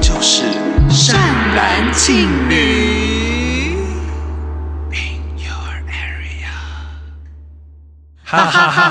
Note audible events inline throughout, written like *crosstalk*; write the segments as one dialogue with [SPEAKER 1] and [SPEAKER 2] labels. [SPEAKER 1] 就是善男信女。In your area，哈哈哈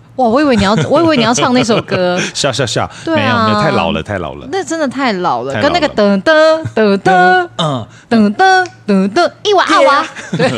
[SPEAKER 2] 哇，我以为你要，我以为你要唱那首
[SPEAKER 3] *laughs*
[SPEAKER 2] 歌。
[SPEAKER 3] 笑笑笑，
[SPEAKER 2] 对啊
[SPEAKER 3] 没有没有，太老了太老了。
[SPEAKER 2] 那真的太老了，
[SPEAKER 3] 太老
[SPEAKER 2] 跟
[SPEAKER 3] 了
[SPEAKER 2] 那个噔噔噔噔
[SPEAKER 3] 嗯，
[SPEAKER 2] 噔噔噔噔，一娃二娃。对，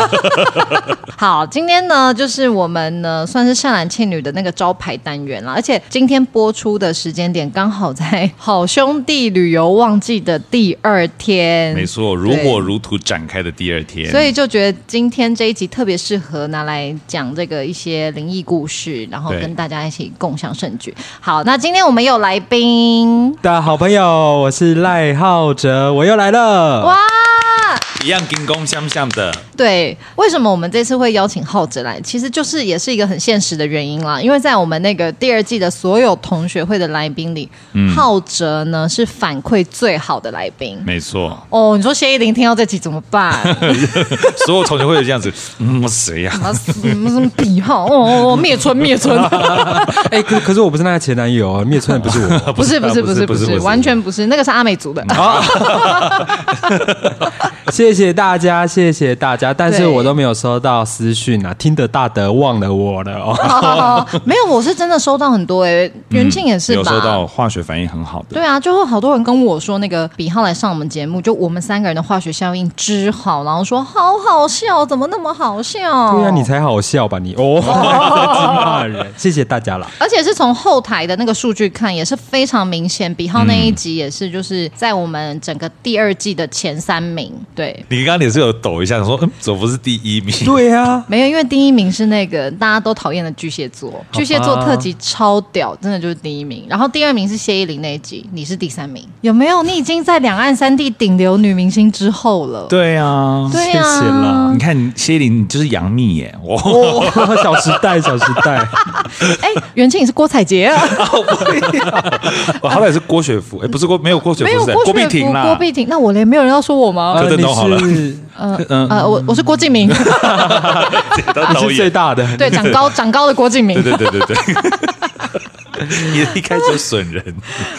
[SPEAKER 2] *laughs* 好，今天呢，就是我们呢算是善兰倩女的那个招牌单元了，而且今天播出的时间点刚好在好兄弟旅游旺季的第二天，
[SPEAKER 3] 没。错，如火如荼展开的第二天，
[SPEAKER 2] 所以就觉得今天这一集特别适合拿来讲这个一些灵异故事，然后
[SPEAKER 3] 对
[SPEAKER 2] 跟大家一起共享盛举。好，那今天我们有来宾，
[SPEAKER 4] 大家好朋友，我是赖浩哲，我又来了。
[SPEAKER 2] 哇！
[SPEAKER 3] 一样金工相像的，
[SPEAKER 2] 对，为什么我们这次会邀请浩哲来？其实就是也是一个很现实的原因啦，因为在我们那个第二季的所有同学会的来宾里，浩哲呢是反馈最好的来宾。
[SPEAKER 3] 没错。 *laughs*
[SPEAKER 2] 哦，你说谢依霖听到这集怎么办？
[SPEAKER 3] 所有同学会有这样子，嗯，谁呀？
[SPEAKER 2] 啊，什么什么比号？哦哦哦，灭村灭 *laughs* 村，
[SPEAKER 4] 哎、可可是我不是那个前男友啊，灭村的不是 *laughs*
[SPEAKER 2] *laughs*
[SPEAKER 4] 我。
[SPEAKER 2] 不是不是不是哦不是，完全不是，那个是阿美 *laughs* 族的。
[SPEAKER 4] 谢谢大家，谢谢大家，但是
[SPEAKER 2] 对
[SPEAKER 4] 我都没有收到私讯啊，听得大德忘了我了哦。
[SPEAKER 2] 哦没有，我是真的收到很多诶、元庆也是
[SPEAKER 3] 有
[SPEAKER 2] 吧？
[SPEAKER 3] 收到化学反应很好的，
[SPEAKER 2] 对啊，就会好多人跟我说，那个比浩来上我们节目，就我们三个人的化学效应之好，然后说好好笑，怎么那么好笑？
[SPEAKER 4] 对啊，你才好笑吧你 *laughs* 哦，真骂人。谢谢大家啦。
[SPEAKER 2] 而且是从后台的那个数据看，也是非常明显，比浩那一集也是就是在我们整个第二季的前三名，对。
[SPEAKER 3] 你刚刚也是有抖一下，想说嗯，怎么不是第一名？
[SPEAKER 4] 对啊，
[SPEAKER 2] 没有，因为第一名是那个大家都讨厌的巨蟹座，巨蟹座特辑超屌，真的就是第一名。然后第二名是谢依霖那一集，你是第三名，有没有？你已经在两岸三地顶流女明星之后了。
[SPEAKER 3] 对啊，谢
[SPEAKER 2] 对啊
[SPEAKER 3] 谢啦。你看谢依霖，你就是杨幂耶，
[SPEAKER 2] *laughs*
[SPEAKER 3] 我
[SPEAKER 4] 哦，小时代，小时代，
[SPEAKER 2] 哎，元庆你是郭采洁
[SPEAKER 3] *laughs*
[SPEAKER 2] 啊？
[SPEAKER 3] 我好歹是郭雪芙，哎，不是郭，没有郭雪
[SPEAKER 2] 没
[SPEAKER 3] 芙，
[SPEAKER 2] 有
[SPEAKER 3] 是
[SPEAKER 2] 郭雪
[SPEAKER 3] 碧婷
[SPEAKER 2] 芙
[SPEAKER 3] 啦，
[SPEAKER 2] 郭碧婷，那我连没有人要说我吗？
[SPEAKER 4] 哦
[SPEAKER 3] 柯震东好了
[SPEAKER 4] 你是
[SPEAKER 2] 呃，呃我我是郭
[SPEAKER 3] *laughs*
[SPEAKER 2] 敬明，
[SPEAKER 3] 当
[SPEAKER 4] 啊你
[SPEAKER 3] 导
[SPEAKER 4] 是最
[SPEAKER 3] 演，
[SPEAKER 4] 大的，
[SPEAKER 2] 对，长高长高的郭敬明
[SPEAKER 3] 对。对对对 *laughs* 对，也一开始就损
[SPEAKER 2] *laughs*
[SPEAKER 3] 人，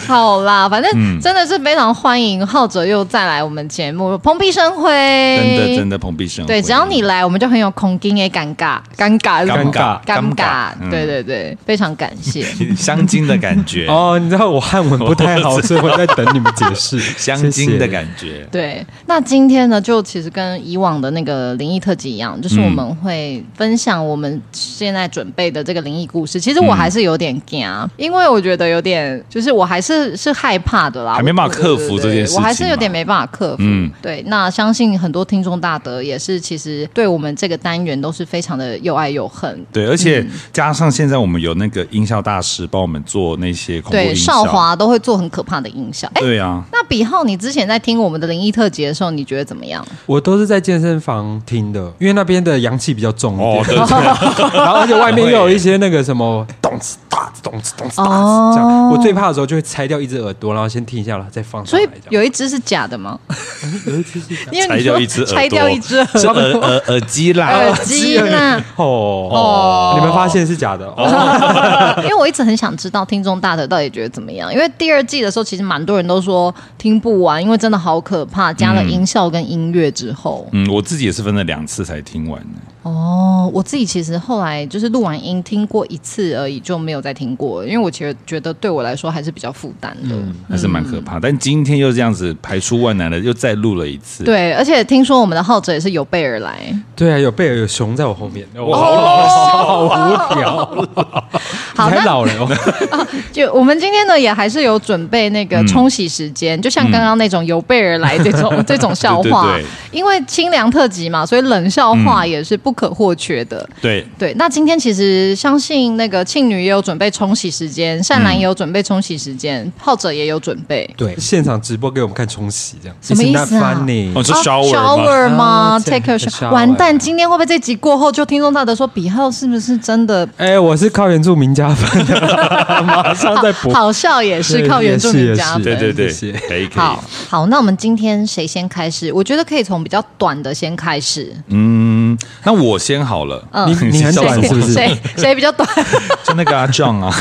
[SPEAKER 2] 好啦，反
[SPEAKER 3] 嗯
[SPEAKER 2] 正真的是非常欢迎浩哲又再来我们节目，蓬荜生辉。
[SPEAKER 3] 真的真
[SPEAKER 2] 的。
[SPEAKER 3] 的蓬荜生辉。
[SPEAKER 2] 哎对，只
[SPEAKER 3] *laughs*
[SPEAKER 2] 要你来，我们就很有恐惊也尴尬，尴尬是什么，
[SPEAKER 4] 尴尬
[SPEAKER 2] 尴
[SPEAKER 3] 尴尬
[SPEAKER 2] 尬。
[SPEAKER 3] 嗯
[SPEAKER 2] 对对对，非常感谢。
[SPEAKER 3] 香精的感
[SPEAKER 2] *laughs*
[SPEAKER 3] 觉，
[SPEAKER 4] 哦，你知道我汉文不太好，所以 *laughs* 我在等你们解释
[SPEAKER 3] 香精的
[SPEAKER 4] 觉。
[SPEAKER 3] 感觉。
[SPEAKER 2] 对，那今天呢，就其实跟以往的那个灵异特辑一样，就是我们会分享我们现在准备的这个灵异故事。其实我还是有点惊，啊因为我觉得有点，就是我还是是害怕的啦，
[SPEAKER 3] 还没办法克服
[SPEAKER 2] 我
[SPEAKER 3] 这件事情
[SPEAKER 2] 我还是有点没办法克服。
[SPEAKER 3] 嗯
[SPEAKER 2] 对，那相信很多听众大德也是，其实对我们这个单元都是非常的又爱又恨。
[SPEAKER 3] 对，而
[SPEAKER 2] 嗯
[SPEAKER 3] 且加上现在我们有那个音效大师帮我们做那些恐怖
[SPEAKER 2] 对，
[SPEAKER 3] 音
[SPEAKER 2] 少
[SPEAKER 3] 效，
[SPEAKER 2] 华都会做很可怕的音效。哎，
[SPEAKER 3] 对
[SPEAKER 2] *laughs*
[SPEAKER 3] 啊，
[SPEAKER 2] 那比浩，你之前在听我们的灵异特辑的时候，你觉得怎么样？
[SPEAKER 4] 我都是在健身房听的，因为那边的阳气比较重一
[SPEAKER 3] 哦，
[SPEAKER 4] 点，
[SPEAKER 3] 对对对
[SPEAKER 4] 然后而且外面又有一些那个什么 *laughs* 咚次哒次咚次咚次哒
[SPEAKER 2] 哦
[SPEAKER 4] 次这样。我最怕的时候就会拆掉一只耳朵，然后先听一下了，再放
[SPEAKER 2] 所
[SPEAKER 4] 上来
[SPEAKER 2] 以
[SPEAKER 4] 这样。
[SPEAKER 2] 有一只是假的吗？
[SPEAKER 4] *laughs* 有一只是
[SPEAKER 2] 因为
[SPEAKER 3] 拆
[SPEAKER 2] 你
[SPEAKER 3] 掉
[SPEAKER 2] 说
[SPEAKER 3] 一只耳朵，
[SPEAKER 2] *laughs* 拆掉一只耳
[SPEAKER 3] 是耳耳耳机
[SPEAKER 2] 耳
[SPEAKER 4] *laughs*
[SPEAKER 3] 啦，
[SPEAKER 2] 机啦。
[SPEAKER 4] 哦，
[SPEAKER 2] 哦，
[SPEAKER 4] 你们发？现是假的哦，
[SPEAKER 2] *laughs* 因为我一直很想知道听众大德到底觉得怎么样，因为第二季的时候，其实蛮多人都说听不完，因为真的好可怕。加了音效跟音乐之后，
[SPEAKER 3] 嗯，我自己也是分了两次才听完的。
[SPEAKER 2] 哦，我自己其实后来就是录完音听过一次而已，就没有再听过了，因为我其实觉得对我来说还是比较负担的。
[SPEAKER 4] 嗯
[SPEAKER 3] 还是蛮可怕，但今天又这样子排除万难的，又再录了一次。
[SPEAKER 2] 对，而且听说我们的浩哲也是有备而来，
[SPEAKER 4] 对啊，有贝尔有熊在我后面，我好
[SPEAKER 2] 哦，
[SPEAKER 4] 无
[SPEAKER 2] *laughs*
[SPEAKER 4] 聊，
[SPEAKER 2] 好
[SPEAKER 4] 你
[SPEAKER 2] 那
[SPEAKER 4] 还老人哦。
[SPEAKER 2] 就我们今天呢，也还是有准备那
[SPEAKER 3] 嗯
[SPEAKER 2] 个冲洗时间，就像刚刚那种由贝而来这 *laughs* 种、这种笑话，
[SPEAKER 3] 对对对嗯
[SPEAKER 2] 因为清凉特辑嘛，所以冷笑话也是不可或缺的。
[SPEAKER 3] *laughs* 对，
[SPEAKER 2] 对，那今天其实相信那个庆女也有准备冲洗时间，善
[SPEAKER 3] 嗯
[SPEAKER 2] 兰也有准备冲洗时间，浩者也有准备。
[SPEAKER 4] 对，现场直播给我们看冲洗这样，
[SPEAKER 2] 什么意思啊
[SPEAKER 4] It's not funny
[SPEAKER 3] 哦，是
[SPEAKER 2] 啊
[SPEAKER 3] shower 吗？
[SPEAKER 2] shower 吗
[SPEAKER 4] 哦
[SPEAKER 2] ？Take a
[SPEAKER 4] 这
[SPEAKER 2] shower，
[SPEAKER 4] shower
[SPEAKER 2] 完蛋！今天会不会这集过后就听众大德说比浩是不是真的
[SPEAKER 4] 哎、我是靠原住民加
[SPEAKER 2] *laughs*
[SPEAKER 4] 分的，马上在补。
[SPEAKER 2] 好笑也是
[SPEAKER 4] 对
[SPEAKER 2] 靠原住
[SPEAKER 4] 也是
[SPEAKER 2] 民
[SPEAKER 4] 也
[SPEAKER 2] 加
[SPEAKER 4] 是
[SPEAKER 2] 分？
[SPEAKER 3] 对对对，
[SPEAKER 4] 谢谢
[SPEAKER 3] 可以可以
[SPEAKER 2] 好。好，那我们今天谁先开始？我觉得可以从比较短的先开始。
[SPEAKER 3] 嗯，那我先好了。 *laughs*
[SPEAKER 2] 嗯
[SPEAKER 4] 你你很
[SPEAKER 3] 笑
[SPEAKER 4] 短
[SPEAKER 3] 什么
[SPEAKER 4] 是不是？
[SPEAKER 2] 谁谁比
[SPEAKER 3] *laughs*
[SPEAKER 2] 较短？
[SPEAKER 3] 就那个阿 John *laughs* 啊。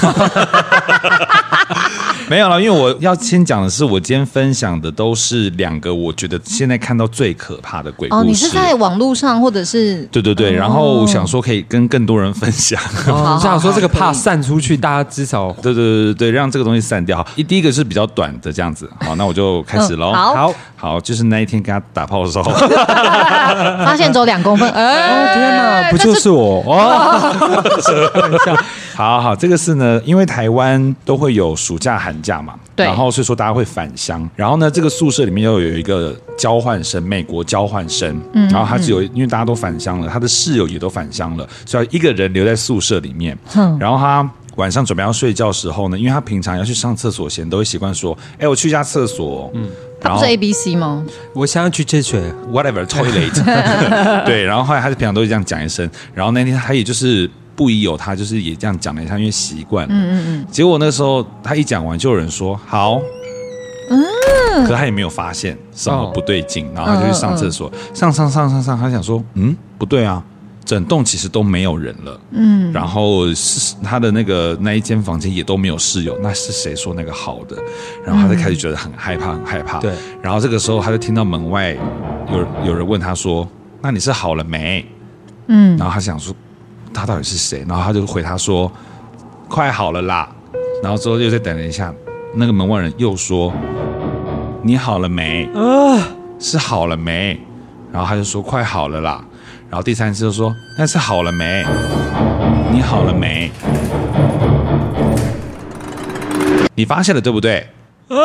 [SPEAKER 3] 没有了，因为我要先讲的是，我今天分享的都是两个我觉得现在看到最可怕的鬼故事。
[SPEAKER 2] 哦，你是在哦网络上或者是？
[SPEAKER 3] 对对对，然后我想说可以跟更多人分享。
[SPEAKER 4] 哦，我想说这个
[SPEAKER 2] 好好
[SPEAKER 4] 怕
[SPEAKER 2] 可以
[SPEAKER 4] 散出去，大家至少
[SPEAKER 3] 对对对对对，让这个东西散掉。一第一个是比较短的这样子，好，那我就开始喽、
[SPEAKER 2] 嗯好
[SPEAKER 3] 好，好，就是那一天跟他打炮的时候，
[SPEAKER 2] 发现只有两公分，哎、
[SPEAKER 4] 哦天哪，不就是我哦？
[SPEAKER 3] *laughs* 好好，这个是呢，因为台湾都会有暑假、寒假嘛，
[SPEAKER 2] 对
[SPEAKER 3] 然后所以说大家会返乡，然后呢，这个宿舍里面又有一个交换生，美国交换生，嗯，然后他只有因为大家都返乡了，他的室友也都返乡了，所以他一个人留在宿舍里面，
[SPEAKER 2] 哼
[SPEAKER 3] 然后他。晚上准备要睡觉的时候呢，因为他平常要去上厕所前都会习惯说：“哎、我去一下厕所。”嗯，
[SPEAKER 2] 他不是 A B C 吗？
[SPEAKER 4] 我想要去接水，
[SPEAKER 3] whatever *laughs* toilet，对，然后后来他就平常都会这样讲一声，然后那天他也就是不疑有他，就是也这样讲了一下，因为习惯了。嗯嗯嗯。结果那时候他一讲完，就有人说好，嗯，可他也没有发现什么不对劲，然后他就去上厕所，上上上上上，他想说，嗯，不对啊。整栋其实都没有人了，嗯，然后是他的那个那一间房间也都没有室友，那是谁说那个好的？然后他就开始觉得很害怕，很害怕，
[SPEAKER 4] 对
[SPEAKER 3] 然后这个时候，他就听到门外有有人问他说：“那你是好了没？”嗯，然后他想说他到底是谁，然后他就回他说：“快好了啦。”然后之后又再等了一下，那个门外人又说：“你好了没？啊是好了没？”然后他就说：“快好了啦。”然后第三次就说：“那是好了没？你好了没？你发现了对不对？”啊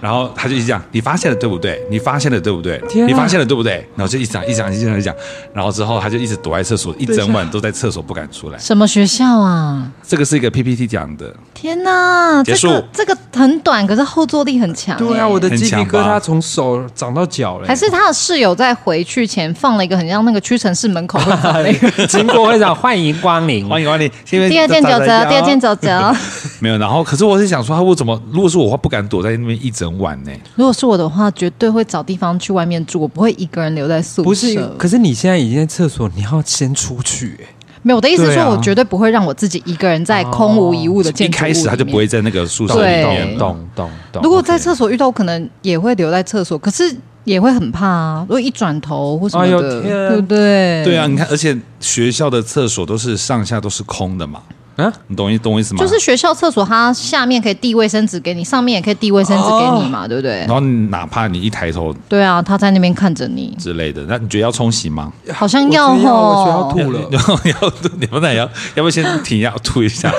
[SPEAKER 3] 然后他就一直讲，你发现了对不对？你发现了对不对？
[SPEAKER 4] 天啊
[SPEAKER 3] 你发现了对不对？然后就一直讲，一直讲，一直讲，一直讲。然后之后他就一直躲在厕所，一整晚都在厕所不敢出来。
[SPEAKER 2] 什么学校啊？
[SPEAKER 3] 这个是一个 PPT 讲的，
[SPEAKER 2] 天哪，
[SPEAKER 3] 结
[SPEAKER 2] 这
[SPEAKER 3] 束
[SPEAKER 2] 个这个很短，可是后坐力很强、欸
[SPEAKER 4] 对啊，我的
[SPEAKER 3] 很
[SPEAKER 4] 鸡皮
[SPEAKER 3] 强
[SPEAKER 4] 疙
[SPEAKER 3] 吧
[SPEAKER 4] 瘩从手长到脚哎嘞，
[SPEAKER 2] 还是他的室友在回去前放了一个很像那个屈臣氏门口会放的
[SPEAKER 3] *laughs*
[SPEAKER 2] 一个
[SPEAKER 4] 经过会长欢迎光临，
[SPEAKER 3] 欢迎光临。
[SPEAKER 2] 嗯第
[SPEAKER 3] 第
[SPEAKER 2] 二件九折，第二件九折。
[SPEAKER 3] 没有。然后，可是我是想说，他为什么？如果是我的话，不敢躲在那边一整晚呢？
[SPEAKER 2] 如果是我的话，绝对会找地方去外面住，我不会一个人留在宿舍。
[SPEAKER 4] 不是？可是你现在已经在厕所，你要先出去、哎
[SPEAKER 2] 没有，我的意思是说，
[SPEAKER 4] 对啊哦
[SPEAKER 2] 我绝对不会让我自己一个人在空无一物的
[SPEAKER 3] 一
[SPEAKER 2] 建筑物
[SPEAKER 3] 开始他就
[SPEAKER 2] 里
[SPEAKER 3] 不
[SPEAKER 2] 面
[SPEAKER 3] 会。在那个宿舍
[SPEAKER 4] 懂
[SPEAKER 3] 里
[SPEAKER 2] 对
[SPEAKER 3] 面
[SPEAKER 4] 懂。懂懂懂。
[SPEAKER 2] 如果在厕所遇到，我可能也会留在厕所，可是也会很怕啊。如果一转头或什么
[SPEAKER 4] 哎呦
[SPEAKER 2] 的，
[SPEAKER 4] 天啊
[SPEAKER 2] 对不对？
[SPEAKER 3] 对啊，，你看，而且学校的厕所都是上下都是空的嘛，
[SPEAKER 4] 啊，
[SPEAKER 3] 你懂意懂我意思吗？
[SPEAKER 2] 就是学校厕所，它下面可以递卫生纸给你，上面也可以递卫生纸给你
[SPEAKER 4] 哦
[SPEAKER 2] 嘛，对不对
[SPEAKER 3] 然？后你哪怕你一抬头
[SPEAKER 2] 对啊，他在那边看着你，
[SPEAKER 3] 之类的，那你觉得要冲洗吗？
[SPEAKER 2] 好像
[SPEAKER 4] 哦我觉得我觉得
[SPEAKER 2] 吼。
[SPEAKER 4] 要吐了。
[SPEAKER 3] 然后 *laughs* 要你们那要要不要先停一下吐一 *laughs* 下？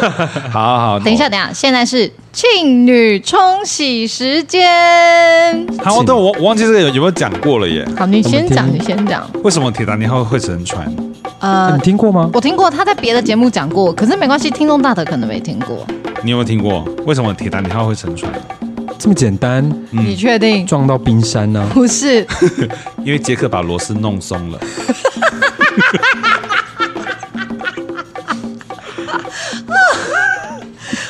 [SPEAKER 3] 好好好，
[SPEAKER 2] 等一下，等一下，现在是庆女冲洗时间。
[SPEAKER 3] 好，对我我忘记这个有有没有讲过了耶？
[SPEAKER 2] 好，你先讲，
[SPEAKER 4] 听
[SPEAKER 2] 你先讲。
[SPEAKER 3] 为什么铁达尼号会沉船？
[SPEAKER 2] 呃
[SPEAKER 4] 你，听过吗？
[SPEAKER 2] 我听过他在别的节目讲过，可是没关系，听众大德可能没听过。
[SPEAKER 3] 你有没有听过？为什么铁达尼号会沉船？
[SPEAKER 4] 这么简单，
[SPEAKER 2] 你确定？
[SPEAKER 4] 撞到冰山呢、
[SPEAKER 2] *laughs* 不是，
[SPEAKER 3] 因为杰克把螺丝弄松了。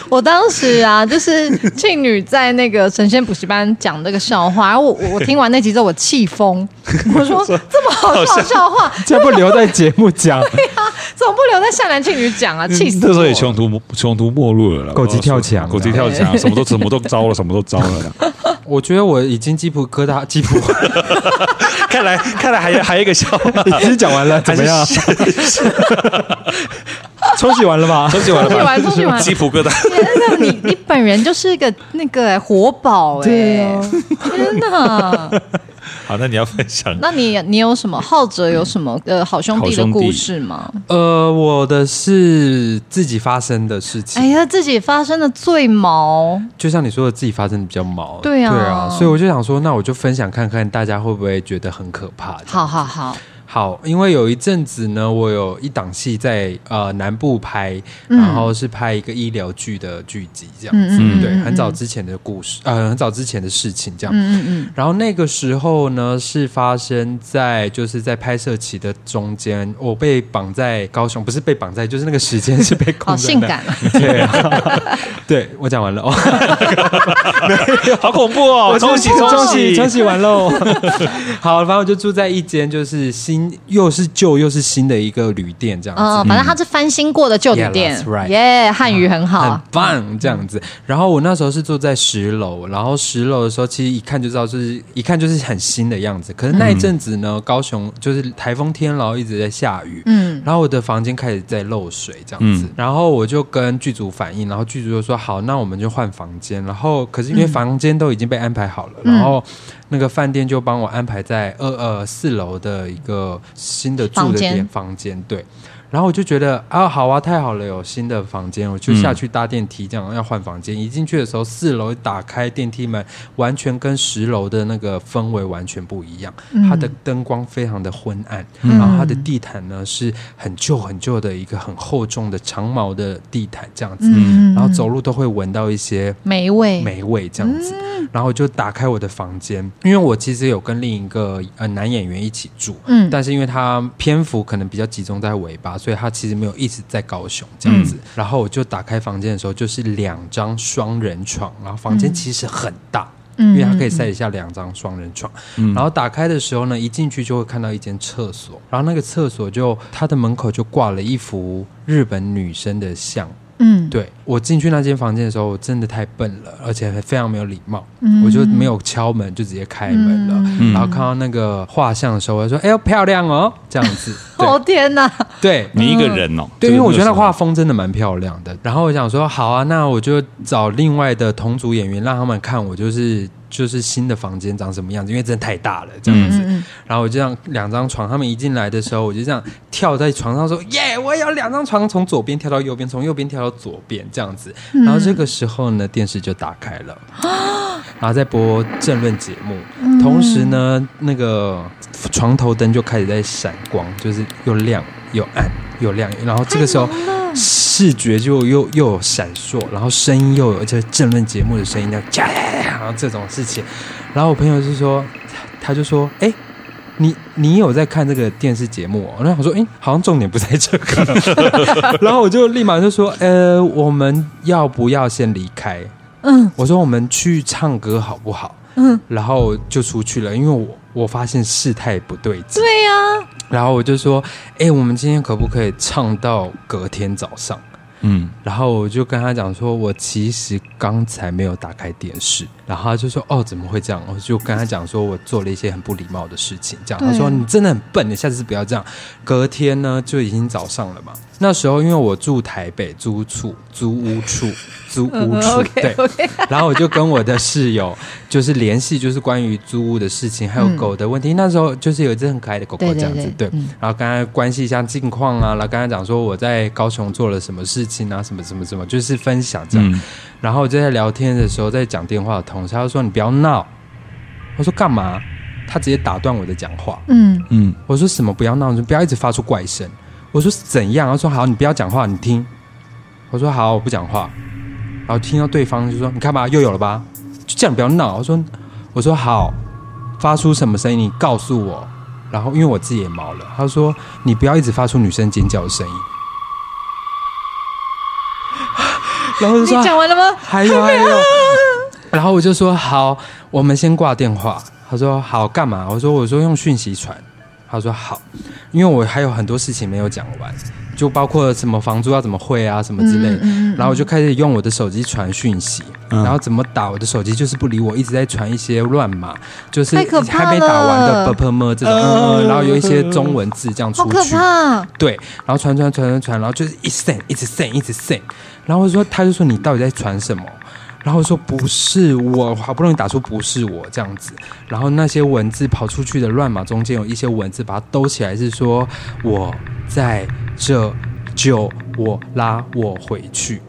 [SPEAKER 2] 我当时啊，就是庆女在那个神仙补习班讲那个笑话，然后我我我听完那集之后，我气疯，我说这么好笑的笑话，
[SPEAKER 4] 这不留在节目讲，
[SPEAKER 2] 怎么不留在善男信女讲啊？气
[SPEAKER 3] 嗯
[SPEAKER 2] 死我！
[SPEAKER 3] 这时候也穷途穷途末路了啦，
[SPEAKER 4] 狗急跳墙啊
[SPEAKER 3] 狗急跳 *laughs* 墙，什么都什么都糟了，什么都糟了 *laughs* 啦。
[SPEAKER 4] 我觉得我已经鸡皮疙瘩， *laughs* 鸡皮
[SPEAKER 3] 看来看来还有还有一个笑话，
[SPEAKER 4] 已经讲完了， *laughs* 怎么样？冲洗完了吧？
[SPEAKER 3] *laughs* 冲洗完了
[SPEAKER 2] 冲
[SPEAKER 3] 吧？
[SPEAKER 2] 洗完
[SPEAKER 3] *laughs*
[SPEAKER 2] 冲洗完
[SPEAKER 3] 鸡皮疙瘩。
[SPEAKER 2] 天哪，你欸你本人就是一个那个活宝哎、
[SPEAKER 4] 对啊
[SPEAKER 2] 天哪！
[SPEAKER 3] 好，那你要分享
[SPEAKER 2] 那你你有什么浩哲有什么呃好兄弟的故事吗？
[SPEAKER 4] 呃，我的是自己发生的事情，
[SPEAKER 2] 哎呀，自己发生的最毛，
[SPEAKER 4] 就像你说的，自己发生的比较毛。
[SPEAKER 2] 对啊
[SPEAKER 4] 对啊，所以我就想说，那我就分享看看大家会不会觉得很可怕。
[SPEAKER 2] 好好好，
[SPEAKER 4] 好，因为有一阵子呢，我有一档戏在呃南部拍，然后是拍一个医疗剧的剧集这样子，
[SPEAKER 3] 嗯嗯嗯
[SPEAKER 4] 对，很早之前的故事，呃，很早之前的事情这样。
[SPEAKER 2] 嗯嗯
[SPEAKER 4] 然后那个时候呢，是发生在就是在拍摄期的中间，我被绑在高雄，不是被绑在，就是那个时间是被
[SPEAKER 2] 嗯，
[SPEAKER 4] 控
[SPEAKER 2] 好
[SPEAKER 4] 制、
[SPEAKER 2] 性，感，
[SPEAKER 4] 对、 *laughs* 啊，对我讲完了哦。
[SPEAKER 3] 好恐怖哦！
[SPEAKER 4] 恭
[SPEAKER 3] 冲
[SPEAKER 4] 喜
[SPEAKER 3] 洗
[SPEAKER 4] 恭
[SPEAKER 3] 冲
[SPEAKER 4] 喜
[SPEAKER 3] 洗
[SPEAKER 4] 恭喜完喽！ *laughs* 好，反正我就住在一间就是新又是旧又是新的一个旅店这样子。
[SPEAKER 2] 嗯，反正它是翻新过的旧旅店
[SPEAKER 4] Yeah, that's，right
[SPEAKER 2] 耶，汉语很
[SPEAKER 4] 很
[SPEAKER 2] 好，
[SPEAKER 4] 棒，这样子。然后我那时候是住在十楼，然后十楼的时候，其实一看就知道，就是一看就是很新的样子。可是那一阵子呢，高雄就是台风天，然后一直在下雨，
[SPEAKER 2] 嗯
[SPEAKER 4] 然后我的房间开始在漏水这样子，然后我就跟剧组反映，然后剧组就说好，那我们就换房间。然后可是因为房间都已经被安排好了，
[SPEAKER 2] 嗯
[SPEAKER 4] 然后那个饭店就帮我安排在二呃四楼的一个新的住
[SPEAKER 2] 房
[SPEAKER 4] 的
[SPEAKER 2] 间
[SPEAKER 4] 点房间，对。然后我就觉得啊，好啊，太好了，有新的房间，我就下去搭电梯，这样要换房间。一进去的时候，四楼打开电梯门，完全跟十楼的那个氛围完全不一样。它的灯光非常的昏暗，然后它的地毯呢是很旧很旧的一个很厚重的长毛的地毯这样子，
[SPEAKER 2] 嗯，
[SPEAKER 4] 然后走路都会闻到一些
[SPEAKER 2] 美味，
[SPEAKER 4] 霉味这样子。
[SPEAKER 2] 嗯
[SPEAKER 4] 然后我就打开我的房间，因为我其实有跟另一个呃男演员一起住，
[SPEAKER 2] 嗯
[SPEAKER 4] 但是因为他篇幅可能比较集中在尾巴，所以他其实没有一直在高雄这样
[SPEAKER 2] 嗯
[SPEAKER 4] 子。然后我就打开房间的时候，就是两张双人床，然后房间其实很大。因
[SPEAKER 2] 嗯
[SPEAKER 4] 为它可以塞得下两张双人床，然后打开的时候呢，一进去就会看到一间厕所，然后那个厕所就它的门口就挂了一幅日本女生的像，
[SPEAKER 2] 嗯，
[SPEAKER 4] 对我进去那间房间的时候，我真的太笨了，而且非常没有礼貌，我就没有敲门，就直接开门了。然后看到那个画像的时候，我就说：“哎呦，漂亮哦！”这样子，
[SPEAKER 2] 哦天哪，
[SPEAKER 4] 对。对
[SPEAKER 3] 你一个人哦？
[SPEAKER 4] 对，因为我觉得那
[SPEAKER 3] 那
[SPEAKER 4] 画风真的蛮漂亮的。然后我想说，好啊，那我就找另外的同组演员，让他们看我就是就是新的房间长什么样子，因为真的太大了这
[SPEAKER 3] 嗯
[SPEAKER 4] 样子。然后我就这样两张床，他们一进来的时候，我就这样跳在床上说：“耶，我也要两张床，从左边跳到右边，从右边跳到左边，这样子。”然后这个时候呢，电视就打开了，然后在播政论节目，同时呢，那个床头灯就开始在闪光，就是又亮又暗又亮，然后这个时候。视觉就又又有闪烁，然后声音又有，而且政论节目的声音这样，加然后这种事情，然后我朋友就说，他就说，哎、你你有在看这个电视节目、哦？然后我说，哎、好像重点不在这个。
[SPEAKER 2] *laughs*
[SPEAKER 4] 然后我就立马就说，呃，我们要不要先离开？
[SPEAKER 2] 嗯，
[SPEAKER 4] 我说我们去唱歌好不好？
[SPEAKER 2] 嗯，
[SPEAKER 4] 然后就出去了，因为我我发现事态不对劲。
[SPEAKER 2] 对啊呀，
[SPEAKER 4] 然后我就说，哎、我们今天可不可以唱到隔天早上？
[SPEAKER 3] 嗯，
[SPEAKER 4] 然后我就跟他讲说，我其实刚才没有打开电视，然后他就说，哦，怎么会这样？我就跟他讲说，我做了一些很不礼貌的事情，这样。
[SPEAKER 2] 对
[SPEAKER 4] 他说你真的很笨，你下次不要这样。隔天呢，就已经早上了嘛。那时候因为我住台北租处、租屋处、租
[SPEAKER 2] 嗯
[SPEAKER 4] 屋处，对。 *laughs* 然后我就跟我的室友就是联系，就是关于租屋的事情，还有狗的问题。那时候就是有一只很可爱的狗狗
[SPEAKER 2] 嗯对
[SPEAKER 4] 这
[SPEAKER 2] 对
[SPEAKER 4] 样子，
[SPEAKER 2] 对
[SPEAKER 4] 对。然后跟他关系一下近况啊，然后跟他讲说我在高雄做了什么事情啊，什么什么什么，就是分享这样。
[SPEAKER 3] 嗯
[SPEAKER 4] 然后我就在聊天的时候，在讲电话的同时，他就说你不要闹。我说干嘛？他直接打断我的讲话。
[SPEAKER 2] 嗯
[SPEAKER 3] 嗯，
[SPEAKER 4] 我说什么不要闹，你不要一直发出怪声。我说怎样？他说好，你不要讲话，你听。我说好，我不讲话。然后听到对方就说你看吧，又有了吧，就这样不要闹。我说我说好，发出什么声音你告诉我。然后因为我自己也毛了，他说你不要一直发出女生尖叫的声音。然后我就
[SPEAKER 2] 你
[SPEAKER 4] 说
[SPEAKER 2] 讲完了吗？
[SPEAKER 4] 还有还有。然后我就说好，我们先挂电话。他说好，干嘛？我说我说用讯息传。他说好，因为我还有很多事情没有讲完，就包括什么房租要怎么汇啊什么之类
[SPEAKER 2] 嗯
[SPEAKER 4] 的。然后我就开始用我的手机传讯息，然后怎么打我的手机就是不理我，一直在传一些乱码，就是
[SPEAKER 2] 太可怕
[SPEAKER 4] 还没打完
[SPEAKER 2] 了
[SPEAKER 4] 的 b p m 这种，嗯嗯，然后有一些中文字这样
[SPEAKER 2] 好
[SPEAKER 4] 出去。
[SPEAKER 2] 可怕，
[SPEAKER 4] 对，然后传传传传传，然后就是一 send 一直 send 一直 send，然后我就说他就说你到底在传什么？然后我说不是我，好不容易打出不是我这样子，然后那些文字跑出去的乱码中间有一些文字把它兜起来，是说我在这救我拉我回去，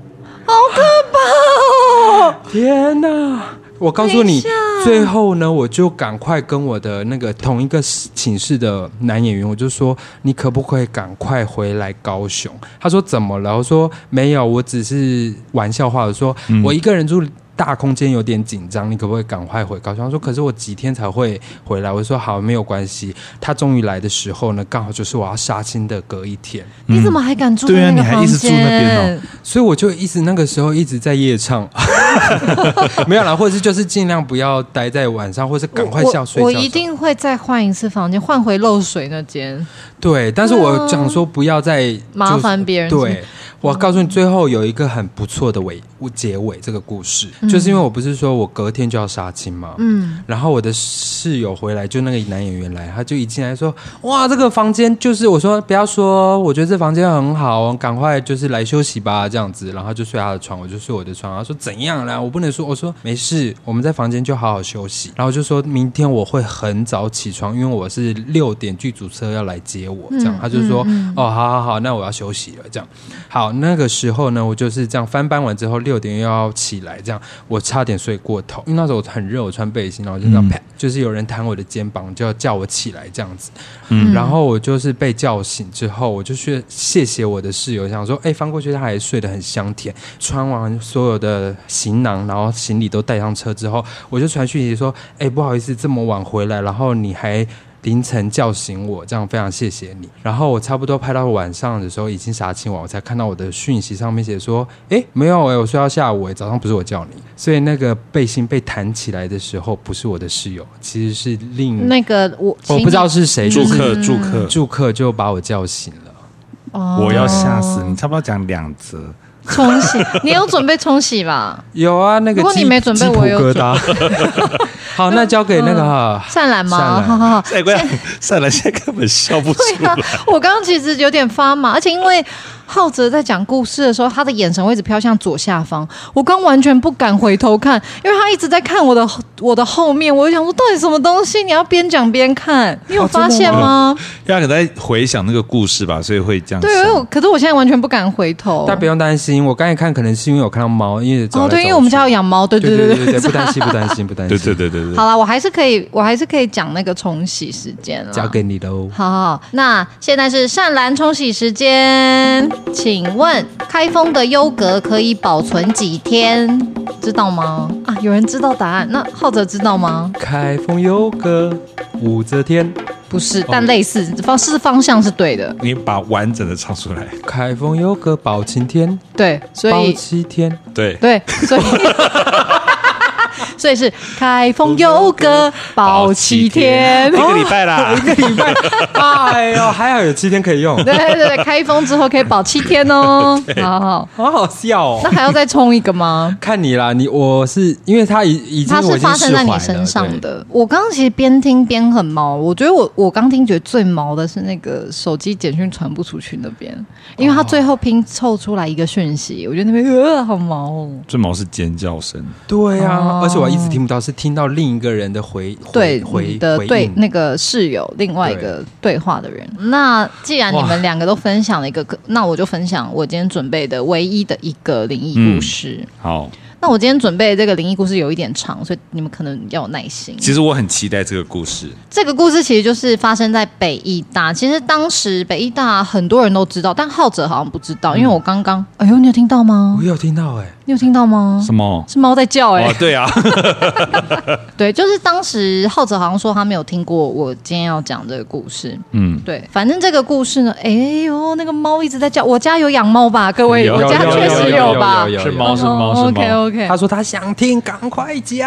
[SPEAKER 2] 好可怕哦！
[SPEAKER 4] 天哪！我告诉
[SPEAKER 2] 等一
[SPEAKER 4] 你
[SPEAKER 2] 下，
[SPEAKER 4] 最后呢，我就赶快跟我的那个同一个寝室的男演员，我就说你可不可以赶快回来高雄？他说怎么了？我说没有，我只是玩笑话。我说、我一个人住。大空间有点紧张，你可不可以赶快回高雄？他说：“可是我几天才会回来。”我说：“好，没有关系。”他终于来的时候呢，刚好就是我要杀青的隔一天，
[SPEAKER 2] 你怎么还敢住在
[SPEAKER 3] 对啊
[SPEAKER 2] 那个
[SPEAKER 3] 你还
[SPEAKER 2] 房
[SPEAKER 3] 一直住那边
[SPEAKER 2] 间
[SPEAKER 3] 哦？
[SPEAKER 4] 所以我就一直那个时候一直在
[SPEAKER 2] *laughs*
[SPEAKER 4] 夜唱，没有啦，或者是就是尽量不要待在晚上，或是赶快下睡
[SPEAKER 2] 我
[SPEAKER 4] 觉
[SPEAKER 2] 我一定会再换一次房间，换回漏水那间。
[SPEAKER 4] 对，但是
[SPEAKER 2] 对啊
[SPEAKER 4] 我想说不要再就是
[SPEAKER 2] 麻烦别人
[SPEAKER 4] 对，我告诉你，最后有一个很不错的尾结尾，这个故事、
[SPEAKER 2] 嗯
[SPEAKER 4] 就是因为我不是说我隔天就要杀青嘛，嗯，然后我的室友回来，就那个男演员来，他就一进来说，哇，这个房间就是我说不要说，我觉得这房间很好，赶快就是来休息吧，这样子，然后他就睡他的床，我就睡我的床，他说怎样啦，我不能说，我说没事，我们在房间就好好休息，然后就说明天我会很早起床，因为我是六点剧组车要来接我，这样，他就说、哦，好好好，那我要休息了，这样。好，那个时候呢，我就是这样翻班完之后，六点又要起来，这样我差点睡过头，因为那时候我很热，我穿背心，然后就这样啪，就是有人弹我的肩膀，就要叫我起来这样子。嗯，然后我就是被叫醒之后，我就去谢谢我的室友，想说，哎、翻过去他还睡得很香甜。穿完所有的行囊，然后行李都带上车之后，我就传讯息说，哎、不好意思，这么晚回来，然后你还。凌晨叫醒我，这样非常谢谢你。然后我差不多拍到晚上的时候，已经杀青完，我才看到我的讯息上面写说：“哎诶，没有诶，我睡到下午诶，早上不是我叫你。”所以那个背心被弹起来的时候，不是我的室友，其实是另
[SPEAKER 2] 那个我
[SPEAKER 4] 嗯我不知道是谁，
[SPEAKER 3] 住
[SPEAKER 4] 就是
[SPEAKER 3] 客住客，
[SPEAKER 4] 住客就把我叫醒了。
[SPEAKER 3] 我
[SPEAKER 2] 我
[SPEAKER 3] 要吓死你！差不多讲两折，
[SPEAKER 2] 冲洗，你有准备冲洗吧？
[SPEAKER 4] 有啊，那个
[SPEAKER 2] 如果
[SPEAKER 4] 鸡
[SPEAKER 2] 你没准备
[SPEAKER 4] 鸡脯
[SPEAKER 2] 我有
[SPEAKER 4] 疙瘩。 *laughs* 嗯好，那交给那个哈
[SPEAKER 2] 善兰吗？
[SPEAKER 4] 善兰
[SPEAKER 2] 好好好，
[SPEAKER 3] 再过来，再来，现在根本笑不出
[SPEAKER 2] 对啊
[SPEAKER 3] 来。，
[SPEAKER 2] 我刚刚其实有点发麻，而且因为浩哲在讲故事的时候，他的眼神会一直飘向左下方，我刚完全不敢回头看，因为他一直在看我的我的后面，我就想说到底什么东西？你要边讲边看，你有
[SPEAKER 4] 哦真的
[SPEAKER 2] 发现吗？
[SPEAKER 3] 大家可能在回想那个故事吧，所以会这样想。
[SPEAKER 2] 对，因为我可是我现在完全不敢回头。
[SPEAKER 4] 但不用担心，我刚才看可能是因为我看到猫，因为走来
[SPEAKER 2] 哦，对，
[SPEAKER 4] 走
[SPEAKER 2] 因为我们
[SPEAKER 4] 去
[SPEAKER 2] 家有养猫，对
[SPEAKER 4] 对
[SPEAKER 2] 对
[SPEAKER 4] 对对对，不担心不担心不担
[SPEAKER 3] 对
[SPEAKER 4] 心，
[SPEAKER 3] 对对对对，
[SPEAKER 2] 好了，我还是可以，我还是可以讲那个冲洗时间了。
[SPEAKER 4] 交给你哦喽。
[SPEAKER 2] 好好，那现在是善兰冲洗时间，请问开封的优格可以保存几天？知道吗？啊，有人知道答案，那浩哲知道吗？
[SPEAKER 4] 开封有个武则天，
[SPEAKER 2] 不是，但类似方是方向是对的，
[SPEAKER 3] 你把完整的唱出来。
[SPEAKER 4] 开封有个包青天，
[SPEAKER 2] 对，所
[SPEAKER 4] 包
[SPEAKER 2] 以
[SPEAKER 4] 七 *laughs* 天。
[SPEAKER 3] 对，
[SPEAKER 2] 对， *laughs* 所以。所以是开封优格保七天，哦
[SPEAKER 3] 一个礼拜啦。
[SPEAKER 4] 礼拜， *laughs* 哎呦，还好有七天可以用，
[SPEAKER 2] *laughs* 对对 *laughs* 对，开封之后可以保七天哦。好好，
[SPEAKER 4] 好好笑
[SPEAKER 2] 那
[SPEAKER 4] 哦。
[SPEAKER 2] 还要再冲一个吗？
[SPEAKER 4] 看你啦，你我是因为他已已经
[SPEAKER 2] 它
[SPEAKER 4] 我
[SPEAKER 2] 是
[SPEAKER 4] 已经
[SPEAKER 2] 发
[SPEAKER 4] 释
[SPEAKER 2] 生在你
[SPEAKER 4] 怀了
[SPEAKER 2] 身上。
[SPEAKER 4] 对
[SPEAKER 2] 的。我刚刚其实边听边很毛，我觉得我我刚听觉得最毛的是那个手机简讯传不出去那边，因为他最后拼凑出来一个讯息，我觉得那边呃好毛哦。
[SPEAKER 3] 最毛是尖叫声，
[SPEAKER 4] 对啊
[SPEAKER 2] 哦，
[SPEAKER 4] 而且我一直听不到，是听到另一个人的回回
[SPEAKER 2] 对你
[SPEAKER 4] 回
[SPEAKER 2] 的
[SPEAKER 4] 回
[SPEAKER 2] 对
[SPEAKER 4] 应
[SPEAKER 2] 那个室友另外一个对话的人。那既然你
[SPEAKER 4] 哇
[SPEAKER 2] 们两个都分享了一个，那我就分享我今天准备的唯一的一个灵异故事。
[SPEAKER 3] 好，
[SPEAKER 2] 那我今天准备的这个灵异故事有一点长，所以你们可能要有耐心。
[SPEAKER 3] 其实我很期待这个故事。
[SPEAKER 2] 这个故事其实就是发生在北医大。其实当时北医大很多人都知道，但浩哲好像不知
[SPEAKER 3] 嗯
[SPEAKER 2] 道，因为我刚刚，哎呦，你有听到吗
[SPEAKER 4] 我？有听到哎，
[SPEAKER 2] 你有听到吗？
[SPEAKER 3] *laughs* 什么？
[SPEAKER 2] 是猫在叫哎、
[SPEAKER 3] 哦，对啊，
[SPEAKER 2] 对，就是当时浩哲好像说他没有听过我今天要讲这个故事。
[SPEAKER 3] 嗯，
[SPEAKER 2] 对，反正这个故事呢，哎呦，那个猫一直在叫。我家有养猫吧，各位，
[SPEAKER 3] 有
[SPEAKER 2] 我
[SPEAKER 3] 有
[SPEAKER 2] 家
[SPEAKER 3] 有
[SPEAKER 2] 确实
[SPEAKER 3] 有
[SPEAKER 2] 吧。
[SPEAKER 3] 是猫是猫
[SPEAKER 2] 哦
[SPEAKER 3] 是
[SPEAKER 2] OK
[SPEAKER 3] 猫，
[SPEAKER 2] OK，
[SPEAKER 4] 他说他想听，赶快讲。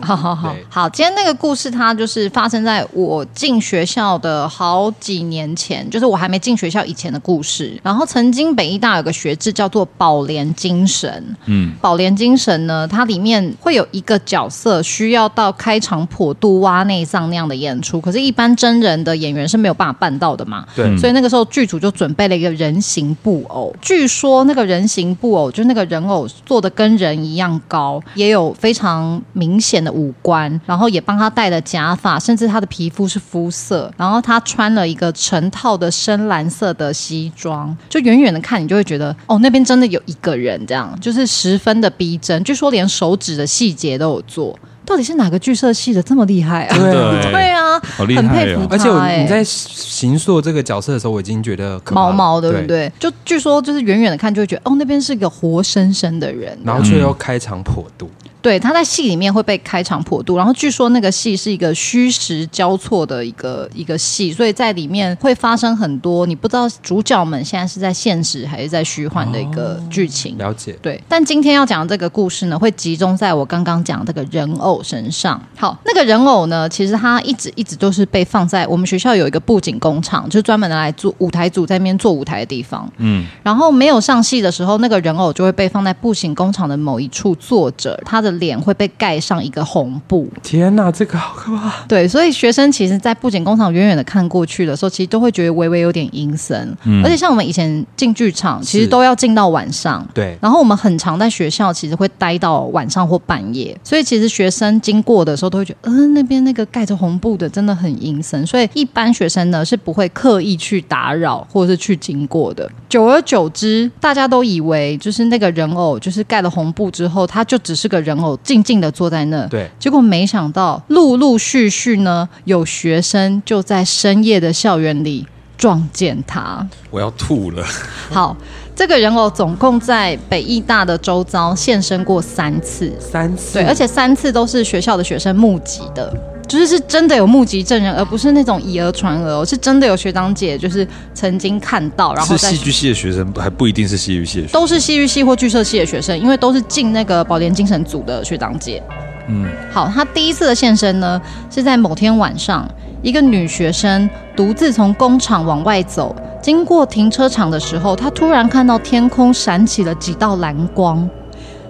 [SPEAKER 2] 好好好
[SPEAKER 4] 嗯对
[SPEAKER 2] 好，今天那个故事它就是发生在我进学校的好几年前，就是我还没进学校以前的故事。然后曾经北医大有个学制叫做宝莲精神，
[SPEAKER 3] 嗯，
[SPEAKER 2] 宝莲精神呢，它里面会有一个角色需要到开肠破肚、挖内脏那样的演出，可是，一般真人的演员是没有办法办到的嘛。
[SPEAKER 4] 对
[SPEAKER 2] 所以那个时候剧组就准备了一个人形布偶，据说那个人形布偶就那个人偶做的跟人一样高，也有非常明显的五官，然后也帮他戴了假发，甚至他的皮肤是肤色，然后他穿了一个成套的深蓝色的西装，就远远的看你就会觉得，哦，那边真的有一个人，这样就是十分的逼真，据说连手指的细节都有做。到底是哪个剧社系的这么厉害啊？
[SPEAKER 4] 对
[SPEAKER 3] 啊
[SPEAKER 2] 对啊，
[SPEAKER 3] 好厉害哦
[SPEAKER 2] 很佩服他、欸。
[SPEAKER 4] 而且我你在行塑这个角色的时候，我已经觉得可怕
[SPEAKER 2] 毛
[SPEAKER 4] 了
[SPEAKER 2] 毛的，对
[SPEAKER 4] 对
[SPEAKER 2] 不？对？就据说就是远远的看就会觉得，哦，那边是个活生生的人。
[SPEAKER 4] 然后却又开肠破肚，
[SPEAKER 2] 对，他在戏里面会被开肠破肚，然后据说那个戏是一个虚实交错的一个一个戏，所以在里面会发生很多你不知道主角们现在是在现实还是在虚幻的一
[SPEAKER 4] 哦
[SPEAKER 2] 个剧情。
[SPEAKER 4] 了解。
[SPEAKER 2] 对，但今天要讲的这个故事呢，会集中在我刚刚讲的这个人偶身上。好，那个人偶呢，其实它一直一直都是被放在我们学校有一个布景工厂，就是专门拿来做舞台组在那边做舞台的地方。嗯，然后没有上戏的时候，那个人偶就会被放在布景工厂的某一处坐着，他的脸会被盖上一个红布。
[SPEAKER 4] 天哪，这个好可怕！
[SPEAKER 2] 对，所以学生其实，在布景工厂远远的看过去的时候，其实都会觉得微微有点阴森。而且像我们以前进剧场，其实
[SPEAKER 4] 是
[SPEAKER 2] 都要进到晚上。
[SPEAKER 4] 对，
[SPEAKER 2] 然后我们很常在学校，其实会待到晚上或半夜，所以其实学生经过的时候都会觉得，嗯、那边那个盖着红布的真的很阴森，所以一般学生呢是不会刻意去打扰 *laughs* 或是去经过的。久而久之，大家都以为就是那个人偶，就是盖了红布之后，他就只是个人偶，静静的坐在那。
[SPEAKER 4] 对，
[SPEAKER 2] 结果没想到，陆陆续续呢，有学生就在深夜的校园里撞见他。
[SPEAKER 3] 我要吐了。
[SPEAKER 2] 好，这个人偶总共在北艺大的周遭现身过三次，
[SPEAKER 4] 三次，
[SPEAKER 2] 对，而且三次都是学校的学生目击的。就是是真的有目击证人，而不是那种以讹传讹哦，是真的有学长姐就是曾经看到，然后
[SPEAKER 3] 是
[SPEAKER 2] 在
[SPEAKER 3] 戏剧系的学生，还不一定是戏剧系的学生。
[SPEAKER 2] 都是戏剧系或剧社系的学生，因为都是进那个保联精神组的学长姐。嗯，好，他第一次的现身呢，是在某天晚上，一个女学生独自从工厂往外走，经过停车场的时候，她突然看到天空闪起了几道蓝光。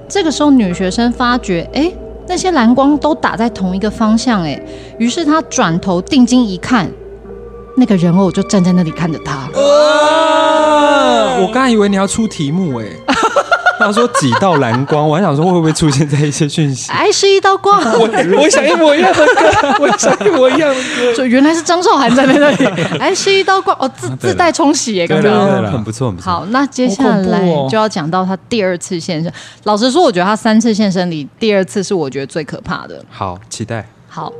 [SPEAKER 2] 这个时候，女学生发觉，诶，那些蓝光都打在同一个方向，诶，于是她转头定睛一看，那个人偶就站在那里看着她。
[SPEAKER 4] 啊我刚才以为你要出题目哎、
[SPEAKER 2] *laughs*
[SPEAKER 4] 他说几道蓝光，我还想说会不会出现在一些
[SPEAKER 2] *laughs*
[SPEAKER 4] 讯息。
[SPEAKER 2] 爱哎是一道光，
[SPEAKER 4] 我我想一模一样的歌，我想一模一样的歌。
[SPEAKER 2] 就原来是张韶涵站在
[SPEAKER 3] *laughs*
[SPEAKER 2] 那里，哎，是一道光哦，自自带冲洗耶，刚
[SPEAKER 3] 啊对
[SPEAKER 2] 刚。
[SPEAKER 3] 啦对啦
[SPEAKER 4] 啊很不错，很不错。
[SPEAKER 2] 好，那接下
[SPEAKER 3] 好
[SPEAKER 2] 来
[SPEAKER 3] 恐怖哦
[SPEAKER 2] 就要讲到他第二次现身。老实说，我觉得他三次现身里，第二次是我觉得最可怕的。
[SPEAKER 4] 好，期待。
[SPEAKER 2] 好，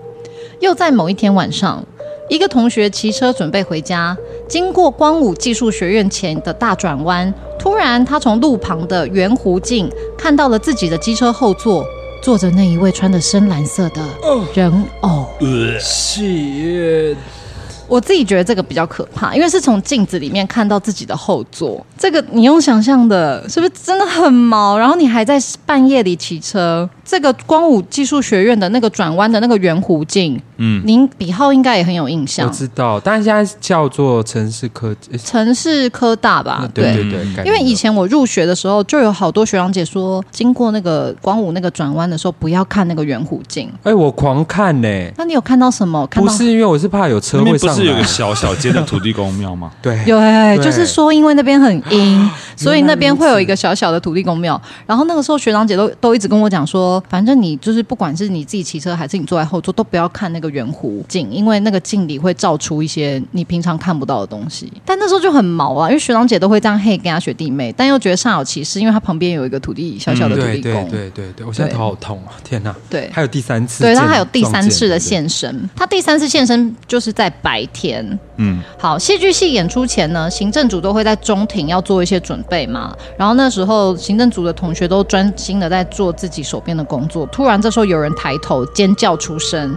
[SPEAKER 2] 又在某一天晚上，一个同学骑车准备回家，经过光武技术学院前的大转弯，突然他从路旁的圆弧镜看到了自己的机车后座坐着那一位穿的深蓝色的人偶。
[SPEAKER 4] 是，
[SPEAKER 2] 我自己觉得这个比较可怕，因为是从镜子里面看到自己的后座，这个你用想象的，是不是真的很毛？然后你还在半夜里骑车，这个光武技术学院的那个转弯的那个圆弧镜，嗯，您比浩应该也很有印
[SPEAKER 4] 我
[SPEAKER 2] 象，
[SPEAKER 4] 知道，但现在叫做城市科技。诶
[SPEAKER 2] 城市科大吧？
[SPEAKER 4] 对对
[SPEAKER 3] 嗯
[SPEAKER 4] 对，感觉
[SPEAKER 2] 因为以前我入学的时候，就有好多学长姐说，经过那个光武那个转弯的时候，不要看那个圆弧镜。
[SPEAKER 4] 哎，我狂看呢、
[SPEAKER 2] 那你有看到什么？看
[SPEAKER 4] 不
[SPEAKER 2] 到
[SPEAKER 4] 是因为我是怕有车
[SPEAKER 3] 那边
[SPEAKER 4] 会
[SPEAKER 3] 不
[SPEAKER 4] 上
[SPEAKER 3] 是有
[SPEAKER 4] 来
[SPEAKER 3] 个，小小间的土地公庙吗？
[SPEAKER 4] 对，
[SPEAKER 2] 有哎、
[SPEAKER 4] 对
[SPEAKER 2] 就是说因为那边很阴， *gasps* 所以那边会有一个小小的土地公庙。然后那个时候学长姐都都一直跟我讲说，反正你就是不管是你自己骑车还是你坐在后座，都不要看那个圆弧镜，因为那个镜里会照出一些你平常看不到的东西。但那时候就很毛啊，因为学长姐都会这样嘿跟她学弟妹，但又觉得上有其事，因为她旁边有一个土地小小的土
[SPEAKER 4] 嗯对
[SPEAKER 2] 地公。
[SPEAKER 4] 对对对对，我现在头好痛啊！天哪，
[SPEAKER 2] 对
[SPEAKER 4] 还有第三次见，
[SPEAKER 2] 对他还有第三次的
[SPEAKER 4] 撞见，
[SPEAKER 2] 现身，他第三次现身就是在白天。嗯，好，戏剧系演出前呢，行政组都会在中庭要做一些准备嘛。然后那时候行政组的同学都专心的在做自己手边的工作，突然这时候有人抬头尖叫出声。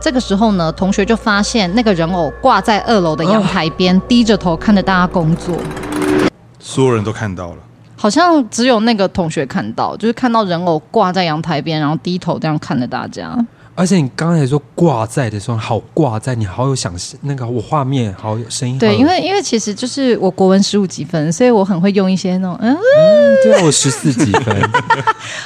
[SPEAKER 2] 这个时候呢，同学就发现那个人偶挂在二楼的
[SPEAKER 4] 哦
[SPEAKER 2] 阳台边，低着头看着大家工作。
[SPEAKER 3] 所有人都看到了，
[SPEAKER 2] 好像只有那个同学看到，就是看到人偶挂在阳台边，然后低头这样看着大家。
[SPEAKER 4] 对而且你刚才说挂在的时候，好挂在，你好有想那个我画面，好有声音。好
[SPEAKER 2] 对，
[SPEAKER 4] 有
[SPEAKER 2] 因为因为其实就是我国文十五几分，所以我很会用一些那种嗯
[SPEAKER 4] 嗯对啊，我十
[SPEAKER 2] *laughs*
[SPEAKER 4] 四几分，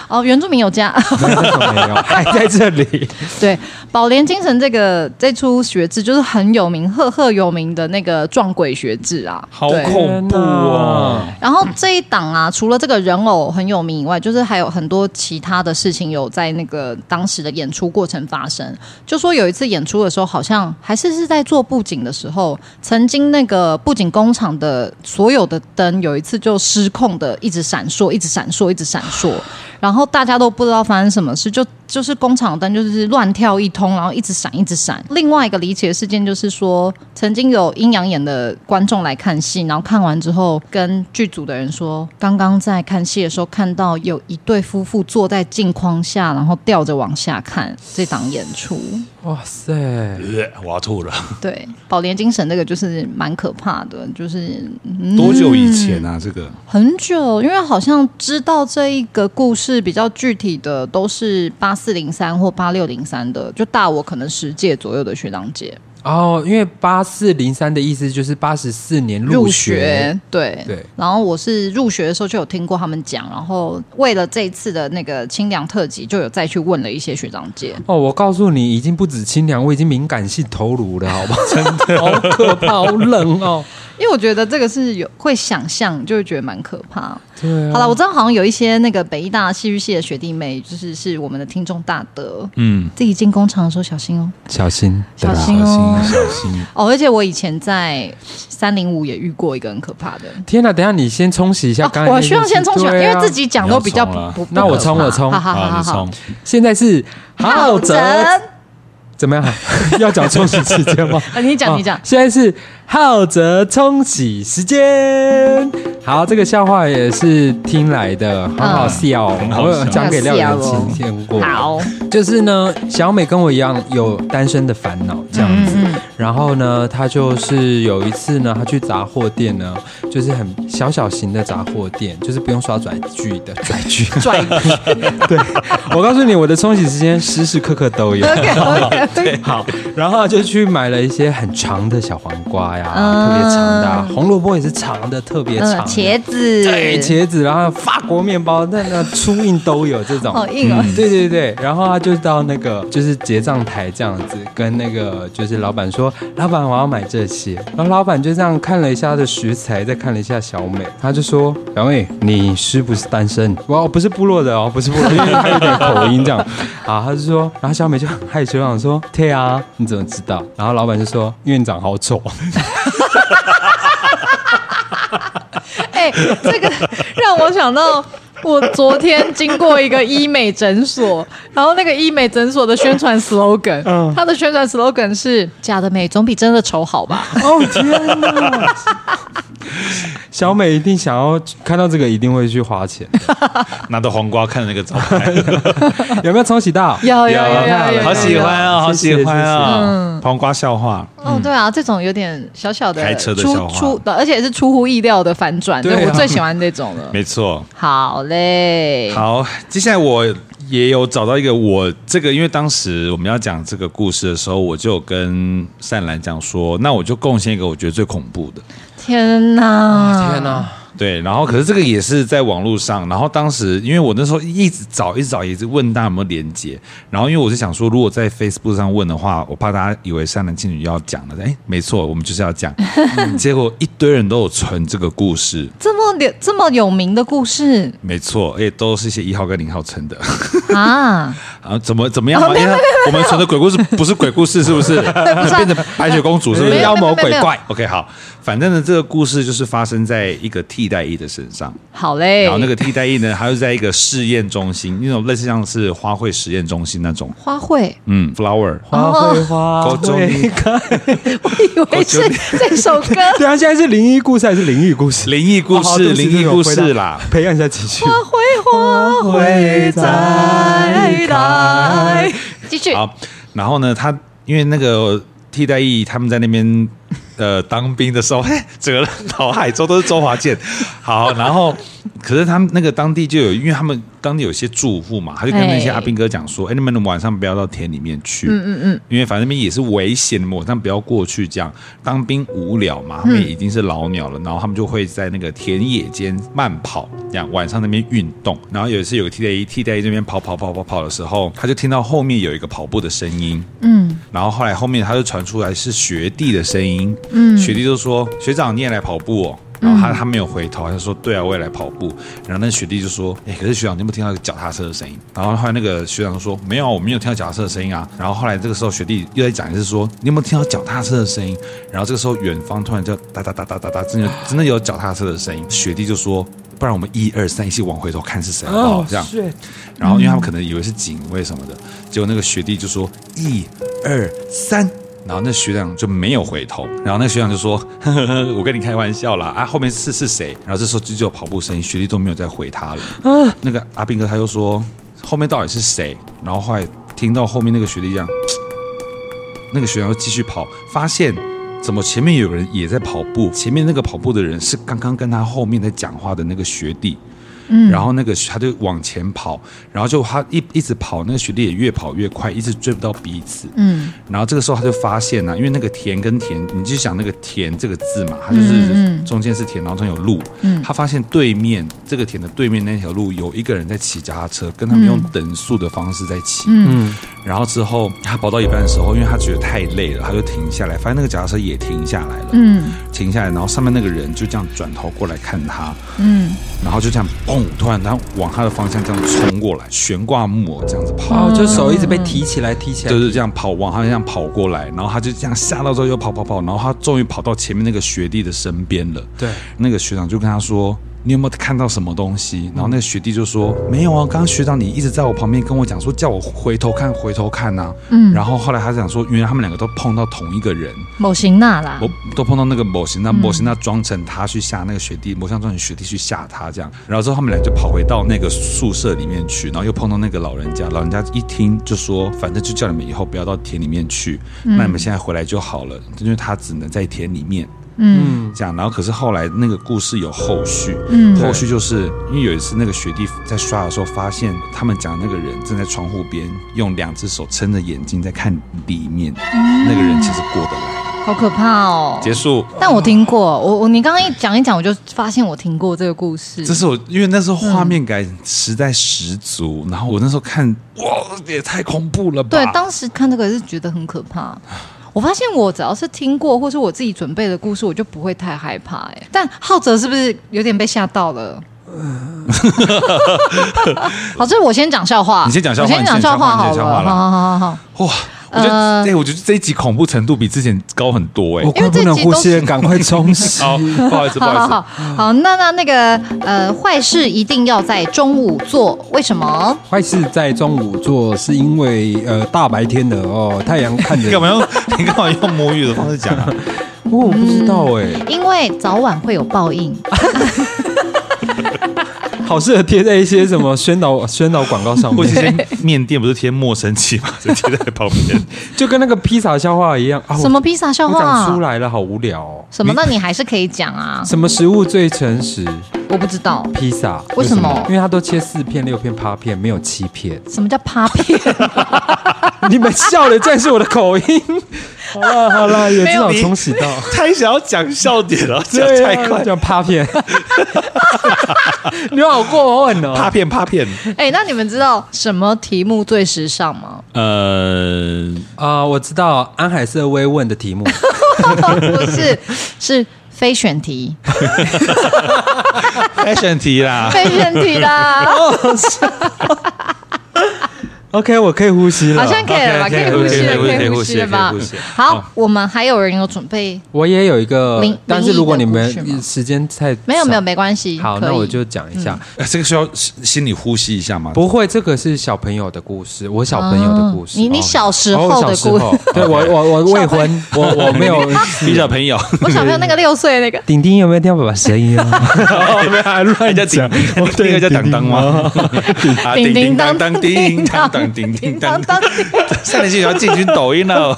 [SPEAKER 2] 哦，原住民有加。 *laughs*
[SPEAKER 4] 没有没有，还在这里。
[SPEAKER 2] 对，宝莲精神这个这出学制就是很有名，赫赫有名的那个撞鬼学制啊，
[SPEAKER 3] 好
[SPEAKER 2] 对
[SPEAKER 3] 恐怖哦！
[SPEAKER 2] 然后这一档啊，除了这个人偶很有名以外，就是还有很多其他的事情有在那个当时的演出过程发生。就说有一次演出的时候，好像还是是在做布景的时候，曾经那个布景工厂的所有的灯有一次就失控的一直闪烁，一直闪烁，一直闪烁，然后大家都不知道发生什么事，就就是工厂灯就是乱跳一通，然后一直闪，一直闪。另外一个离奇的事件就是说，曾经有阴阳眼的观众来看戏，然后看完之后跟剧组的人说，刚刚在看戏的时候看到有一对夫妇坐在镜框下，然后吊着往下看这档演出。
[SPEAKER 4] 哇塞，
[SPEAKER 3] 呃我要吐了。
[SPEAKER 2] 对，宝莲精神这个就是蛮可怕的，就是、嗯、
[SPEAKER 3] 多久以前啊？这个
[SPEAKER 2] 很久，因为好像知道这一个故事比较具体的都是八四零三或八六零三的，就大我可能十届左右的学长姐
[SPEAKER 4] 哦，因为八四零三的意思就是八十四年
[SPEAKER 2] 入
[SPEAKER 4] 学，
[SPEAKER 2] 学，对
[SPEAKER 4] 对
[SPEAKER 2] 然后我是入学的时候就有听过他们讲，然后为了这一次的那个清凉特辑，就有再去问了一些学长姐。
[SPEAKER 4] 哦，我告诉你，已经不止清凉，我已经敏感性头颅了，
[SPEAKER 2] *laughs*
[SPEAKER 4] 好吧？真的，好可怕，好冷哦。
[SPEAKER 2] 因为我觉得这个是有会想象，就会觉得蛮可怕。
[SPEAKER 4] 对啊，
[SPEAKER 2] 好了，我知道好像有一些那个北医大戏剧系的学弟妹，就是是我们的听众大德，
[SPEAKER 3] 嗯，
[SPEAKER 2] 自己进工厂的时候小心哦，
[SPEAKER 4] 小心，对
[SPEAKER 2] 小
[SPEAKER 4] 吧
[SPEAKER 2] 心哦。
[SPEAKER 3] 小心，
[SPEAKER 2] 哦，而且我以前在三零五也遇过一个很可怕的。
[SPEAKER 4] 天哪，等一下你先冲洗一下
[SPEAKER 2] 哦
[SPEAKER 4] 刚才那件
[SPEAKER 2] 我需
[SPEAKER 4] 事、
[SPEAKER 2] 要先冲洗完，
[SPEAKER 4] 对啊
[SPEAKER 2] 因为自己讲都比较
[SPEAKER 3] 你
[SPEAKER 2] 不
[SPEAKER 3] 要冲啊
[SPEAKER 2] 不。不
[SPEAKER 4] 那我冲
[SPEAKER 2] 可怕
[SPEAKER 4] 我冲
[SPEAKER 2] 好好好
[SPEAKER 3] 好，
[SPEAKER 2] 好
[SPEAKER 3] 啊你
[SPEAKER 2] 好
[SPEAKER 3] 冲。。
[SPEAKER 4] 现在是浩
[SPEAKER 2] 泽
[SPEAKER 4] 哲，怎么样？ *laughs* 要讲冲洗时间吗？
[SPEAKER 2] 啊，你 *laughs* 讲你讲
[SPEAKER 4] 哦，现在是浩泽冲洗时间。好，这个笑话也是听来的，很好笑哦，
[SPEAKER 3] 好
[SPEAKER 4] 我有
[SPEAKER 3] 笑
[SPEAKER 4] 讲给廖元
[SPEAKER 2] 嗯好笑哦
[SPEAKER 4] 清听过。
[SPEAKER 2] 好，
[SPEAKER 4] 就是呢，小美跟我一样有单身的烦恼这样子。
[SPEAKER 2] 嗯
[SPEAKER 4] 然后呢，她就是有一次呢，她去杂货店呢，就是很小小型的杂货店，就是不用刷拽具的拽
[SPEAKER 2] *laughs*
[SPEAKER 4] 具。 *laughs*
[SPEAKER 2] 拽
[SPEAKER 4] 对，我告诉你，我的冲洗时间时时刻刻都有。
[SPEAKER 2] OK OK，
[SPEAKER 4] 好， *laughs* 然后就去买了一些很长的小黄瓜呀，
[SPEAKER 2] 嗯
[SPEAKER 4] 特别长的、啊，红萝卜也是长的，特别
[SPEAKER 2] 嗯
[SPEAKER 4] 长，的。
[SPEAKER 2] 茄子，
[SPEAKER 4] 对，茄子，然后法国面包，那那粗硬都有这种，嗯
[SPEAKER 2] 好硬哦
[SPEAKER 4] 对对对，然后他就到那个就是结账台这样子，跟那个就是老板说，老板我要买这些，然后老板就这样看了一下他的食材，再看了一下小美，他就说，小美你是不是单身？我不是部落的哦，不是部落，因为他有点口音这样，啊，他就说，然后小美就很害羞，想说，对啊，你怎么知道？然后老板就说，院长好丑，
[SPEAKER 2] 哎，这个 *laughs* 让我想到。我昨天经过一个医美诊所，然后那个医美诊所的宣传 slogan，它
[SPEAKER 4] 嗯
[SPEAKER 2] 的宣传 slogan 是“假的美总比真的丑好吧 *laughs*
[SPEAKER 4] 哦天哪！小美一定想要看到这个，一定会去花钱的。
[SPEAKER 3] 拿着黄瓜看着那个招牌，
[SPEAKER 4] 有没有冲洗到”？。
[SPEAKER 2] 有
[SPEAKER 3] 有
[SPEAKER 2] 有有有有，
[SPEAKER 3] 好喜欢哦，好
[SPEAKER 4] 谢谢
[SPEAKER 3] 喜欢
[SPEAKER 4] 谢谢
[SPEAKER 3] 哦，黄瓜笑话，
[SPEAKER 2] 哦，对啊，这种有点小小的
[SPEAKER 3] 嗯开车的
[SPEAKER 2] 出
[SPEAKER 3] 笑话
[SPEAKER 2] 出的，而且是出乎意料的反转，
[SPEAKER 4] 对啊
[SPEAKER 2] 我最喜欢这种了。
[SPEAKER 3] 没错。
[SPEAKER 2] 好嘞，
[SPEAKER 3] 好，接下来我也有找到一个我这个，因为当时我们要讲这个故事的时候，我就有跟善兰讲说，那我就贡献一个我觉得最恐怖的，
[SPEAKER 2] 天哪，
[SPEAKER 4] 天哪！
[SPEAKER 3] 对。然后可是这个也是在网络上，然后当时因为我那时候一直找，一直找，一直问大家有没有连接，然后因为我是想说，如果在 Facebook 上问的话，我怕大家以为善男信女要讲了，哎，没错，我们就是要
[SPEAKER 2] *laughs*
[SPEAKER 3] 讲，嗯结果一堆人都有存这个故事。
[SPEAKER 2] 这么了这么有名的故事
[SPEAKER 3] 没错，也都是一些一号跟零号存的。 *laughs*
[SPEAKER 2] 啊！
[SPEAKER 3] 啊，怎么怎么样
[SPEAKER 2] 哦
[SPEAKER 3] 嘛？因为我们存的鬼故事不是鬼故事，是不
[SPEAKER 2] *laughs*
[SPEAKER 3] 是？
[SPEAKER 2] 不是啊
[SPEAKER 3] 变成白雪公主，是不
[SPEAKER 2] 没
[SPEAKER 3] 是
[SPEAKER 2] 有？
[SPEAKER 4] 妖魔
[SPEAKER 2] 没有没
[SPEAKER 4] 鬼
[SPEAKER 2] 有
[SPEAKER 4] 怪，
[SPEAKER 3] OK，好，反正呢，这个故事就是发生在一个替代役的身上，
[SPEAKER 2] 好嘞，
[SPEAKER 3] 然后那个替代役呢，他就在一个试验中心，那种类似像是花卉实验中心那种，
[SPEAKER 2] 花卉，
[SPEAKER 3] 嗯，flower，
[SPEAKER 4] 花卉花
[SPEAKER 3] 高中
[SPEAKER 4] 卉开。
[SPEAKER 2] 我以
[SPEAKER 3] 哦
[SPEAKER 2] 为是这首
[SPEAKER 3] *laughs*
[SPEAKER 2] 歌。
[SPEAKER 4] 对啊，现在是灵异故事还是灵异故事？
[SPEAKER 3] 灵异故
[SPEAKER 4] 哦好
[SPEAKER 3] 事，
[SPEAKER 4] 对不起
[SPEAKER 3] 灵异
[SPEAKER 4] 对
[SPEAKER 3] 故
[SPEAKER 4] 不起我
[SPEAKER 3] 事
[SPEAKER 4] 回答
[SPEAKER 3] 啦。
[SPEAKER 4] 培养一下情绪。
[SPEAKER 2] 花卉，花卉在开。继续，
[SPEAKER 3] 好，然后呢，他因为那个替代役他们在那边呃当兵的时候，嘿，整个脑海中都是周华健。好，然后可是他们那个当地就有，因为他们当地有些住户嘛，他就跟那些
[SPEAKER 2] 哎
[SPEAKER 3] 阿兵哥讲说：“哎、你们晚上不要到田里面去，嗯嗯嗯，因为反正那边也是危险，你们晚上不要过去。”这样，当兵无聊嘛，他们也已经是老鸟了，然后他们就会在那个田野间慢跑，这样晚上那边运动。然后有一次有个替代役，替代役这边跑跑跑跑跑的时候，他就听到后面有一个跑步的声音，嗯，然后后来后面他就传出来是学弟的声音，嗯，学弟就说：“学长，你也来跑步哦。”然后他他没有回头，他说：“对啊，我也来跑步。”然后那学弟就说：“哎、可是学长，你有没有听到脚踏车的声音？”然后后来那个学长就说：“没有啊，我没有听到脚踏车的声音啊。”然后后来这个时候学弟又在讲一次说：“你有没有听到脚踏车的声音？”然后这个时候远方突然就哒哒哒哒哒哒，真的真的有脚踏车的声音。学弟就说：“不然我们一二三一起往回头看是谁好不好？”这样，
[SPEAKER 4] shit
[SPEAKER 3] 然后因为他们可能以为是警卫什么的，结果那个学弟就说一二三。然后那学长就没有回头，然后那学长就说：“ *laughs* 呵呵呵，我跟你开玩笑啦，啊，后面是是谁？”然后这时候就只有跑步声音，学弟都没有再回他了。那个阿兵哥他就说：“后面到底是谁？”然后后来听到后面那个学弟这样，那个学长又继续跑，发现怎么前面有人也在跑步，前面那个跑步的人是刚刚跟他后面在讲话的那个学弟。然后那个他就往前跑，然后就他一一直跑，那个学弟也越跑越快，一直追不到彼此。嗯，然后这个时候他就发现啊呢、因为那个田跟田，你就想那个田这个字嘛，它就是中间是田，然后中间有路。嗯，他发现对面这个田的对面那条路有一个人在骑脚踏车，跟他们用等速的方式在骑。嗯，然后之后他跑到一半的时候，因为他觉得太累了，他就停下来，发现那个脚踏车也停下来了。嗯，停下来，然后上面那个人就这样转头过来看他。然后就这样嘣，突然他往他的方向这样冲过来，悬挂木偶这样子跑，
[SPEAKER 4] 哦，就手一直被提起来，提起来
[SPEAKER 3] 就，是这样跑往他这样跑过来，然后他就这样吓到之后又跑跑跑，然后他终于跑到前面那个学弟的身边了。
[SPEAKER 4] 对，
[SPEAKER 3] 那个学长就跟他说。你有没有看到什么东西？然后那个学弟就说：“没有啊，刚刚学长你一直在我旁边跟我讲说叫我回头看，回头看呐、嗯，然后后来他讲说，原来他们两个都碰到同一个人，
[SPEAKER 2] 某型娜啦，
[SPEAKER 3] 我都碰到那个某型，那某型那装成他去吓那个学弟，某像装成学弟去吓他这样，然后之后他们俩就跑回到那个宿舍里面去，然后又碰到那个老人家，老人家一听就说，反正就叫你们以后不要到田里面去，那你们现在回来就好了，因为他只能在田里面。
[SPEAKER 4] 嗯，
[SPEAKER 3] 这样，然后可是后来那个故事有后续，
[SPEAKER 2] 嗯
[SPEAKER 3] 后续就是因为有一次那个学弟在刷的时候，发现他们讲的那个人正在窗户边用两只手撑着眼睛在看里面，那个人其实过得来。
[SPEAKER 2] 好可怕哦。
[SPEAKER 3] 结束。
[SPEAKER 2] 但我听过，我我你刚刚一讲一讲，我就发现我听过这个故事。
[SPEAKER 3] 这是我，因为那时候画面感实在十足，然后我那时候看，哇，也太恐怖了吧！
[SPEAKER 2] 对，当时看这个是觉得很可怕。我发现我只要是听过或是我自己准备的故事，我就不会太害怕、哎，但浩哲是不是有点被吓
[SPEAKER 3] *laughs*
[SPEAKER 2] 到了？好，这是我先讲笑话。
[SPEAKER 3] 你先讲笑话
[SPEAKER 2] 我先讲笑话
[SPEAKER 3] 你
[SPEAKER 2] 好
[SPEAKER 3] 先讲笑话你先
[SPEAKER 2] 了。
[SPEAKER 3] 讲笑话啦
[SPEAKER 2] 好好好好好，
[SPEAKER 3] 哇，我觉得，哎、
[SPEAKER 2] 呃
[SPEAKER 3] 我觉得这一集恐怖程度比之前高很多哎、
[SPEAKER 4] 我快不能呼吸
[SPEAKER 2] 因为这集都是
[SPEAKER 4] 了，赶快冲洗。
[SPEAKER 3] 好，不好意思，不
[SPEAKER 2] *laughs* 好好
[SPEAKER 3] 好
[SPEAKER 2] 好
[SPEAKER 3] 意，
[SPEAKER 2] 好，那那那个呃，坏事一定要在中午做，为什么？
[SPEAKER 4] 坏事在中午做，是因为呃大白天的哦，太阳看
[SPEAKER 3] 思，*laughs*
[SPEAKER 4] 着
[SPEAKER 3] 你干嘛用你干嘛用母语的方式讲啊？
[SPEAKER 4] 我不知道哎、
[SPEAKER 2] 因为早晚会有报应。
[SPEAKER 3] 啊
[SPEAKER 4] 好适合贴在一些什么宣导宣导广告上
[SPEAKER 3] 我之
[SPEAKER 4] 面，
[SPEAKER 3] 前 *laughs* 面店不是贴陌生器吗？就贴在旁 *laughs* 边。
[SPEAKER 4] *laughs* 就跟那个披萨笑话一样啊。我
[SPEAKER 2] 什么披萨笑
[SPEAKER 4] 我
[SPEAKER 2] 话？
[SPEAKER 4] 讲出来了，好无聊、哦。
[SPEAKER 2] 什么？那你还是可以讲啊。
[SPEAKER 4] 什么食物最诚实？
[SPEAKER 2] 我不知道
[SPEAKER 4] 披萨？
[SPEAKER 2] 为什么
[SPEAKER 4] 因为它都切四片、六片、八片，没有七片。 *laughs*
[SPEAKER 2] 什么叫趴片。
[SPEAKER 4] 你们笑的正是我的口音。 *laughs* 好了好了，也
[SPEAKER 2] 没
[SPEAKER 4] 至
[SPEAKER 2] 有
[SPEAKER 4] 少冲洗到。
[SPEAKER 3] 太想要讲笑点了，讲
[SPEAKER 4] 对
[SPEAKER 3] 太
[SPEAKER 4] 啊
[SPEAKER 3] 快，
[SPEAKER 4] 叫趴片。你们好过分
[SPEAKER 3] 啪
[SPEAKER 4] 哦！
[SPEAKER 3] 片啪片。
[SPEAKER 2] *laughs* 哎、那你们知道什么题目最时尚吗？
[SPEAKER 3] 呃，
[SPEAKER 4] 啊，我知道安海瑟薇问的
[SPEAKER 2] *laughs*
[SPEAKER 4] 题目，
[SPEAKER 2] 不是，是非选题，
[SPEAKER 3] fashion 题啦，
[SPEAKER 2] 非选题啦，
[SPEAKER 4] OK，我可以呼吸了
[SPEAKER 2] 好。像可以了吧？可以
[SPEAKER 3] OK，OK，
[SPEAKER 2] 呼吸了，
[SPEAKER 3] 可以
[SPEAKER 2] 可以
[SPEAKER 3] 可以
[SPEAKER 2] 呼
[SPEAKER 3] 呼
[SPEAKER 2] 吸
[SPEAKER 3] 吸
[SPEAKER 2] 了吧
[SPEAKER 3] 可以呼吸？
[SPEAKER 2] 好
[SPEAKER 3] 好，
[SPEAKER 2] 我们还有人有准备？
[SPEAKER 4] 我也有一个
[SPEAKER 2] 灵，
[SPEAKER 4] 但是如果你
[SPEAKER 2] 灵异的故事吗
[SPEAKER 4] 们时间太
[SPEAKER 2] 没有，
[SPEAKER 4] 少
[SPEAKER 2] 没有，没关系。
[SPEAKER 4] 好，
[SPEAKER 2] 可以嗯
[SPEAKER 4] 那我就讲一下。
[SPEAKER 3] 呃 *laughs* 这个需要心心里呼吸一下吗？ *laughs*
[SPEAKER 4] 不会，这个是小朋友的故事，我小朋友的故事。
[SPEAKER 2] 你你
[SPEAKER 4] 哦
[SPEAKER 2] 小时
[SPEAKER 4] 哦我
[SPEAKER 2] 候的
[SPEAKER 4] 小
[SPEAKER 2] 故事，
[SPEAKER 4] 候对我我我未婚，我我
[SPEAKER 2] *laughs*
[SPEAKER 4] 没有。，
[SPEAKER 3] 你小 *laughs* 朋友，
[SPEAKER 2] 我小朋友那个六岁那个
[SPEAKER 4] 顶顶有没有听到爸爸声音啊？
[SPEAKER 3] 还乱叫叮，那个叫当当
[SPEAKER 4] *laughs*
[SPEAKER 3] 吗？ *laughs* 啊
[SPEAKER 2] 哦叮叮当
[SPEAKER 3] 当
[SPEAKER 2] 叮
[SPEAKER 3] 叮
[SPEAKER 2] 当
[SPEAKER 3] 当当叮
[SPEAKER 2] 叮
[SPEAKER 3] 叮
[SPEAKER 2] 当
[SPEAKER 3] 当
[SPEAKER 2] 当
[SPEAKER 3] 当，上一期要进军抖音了。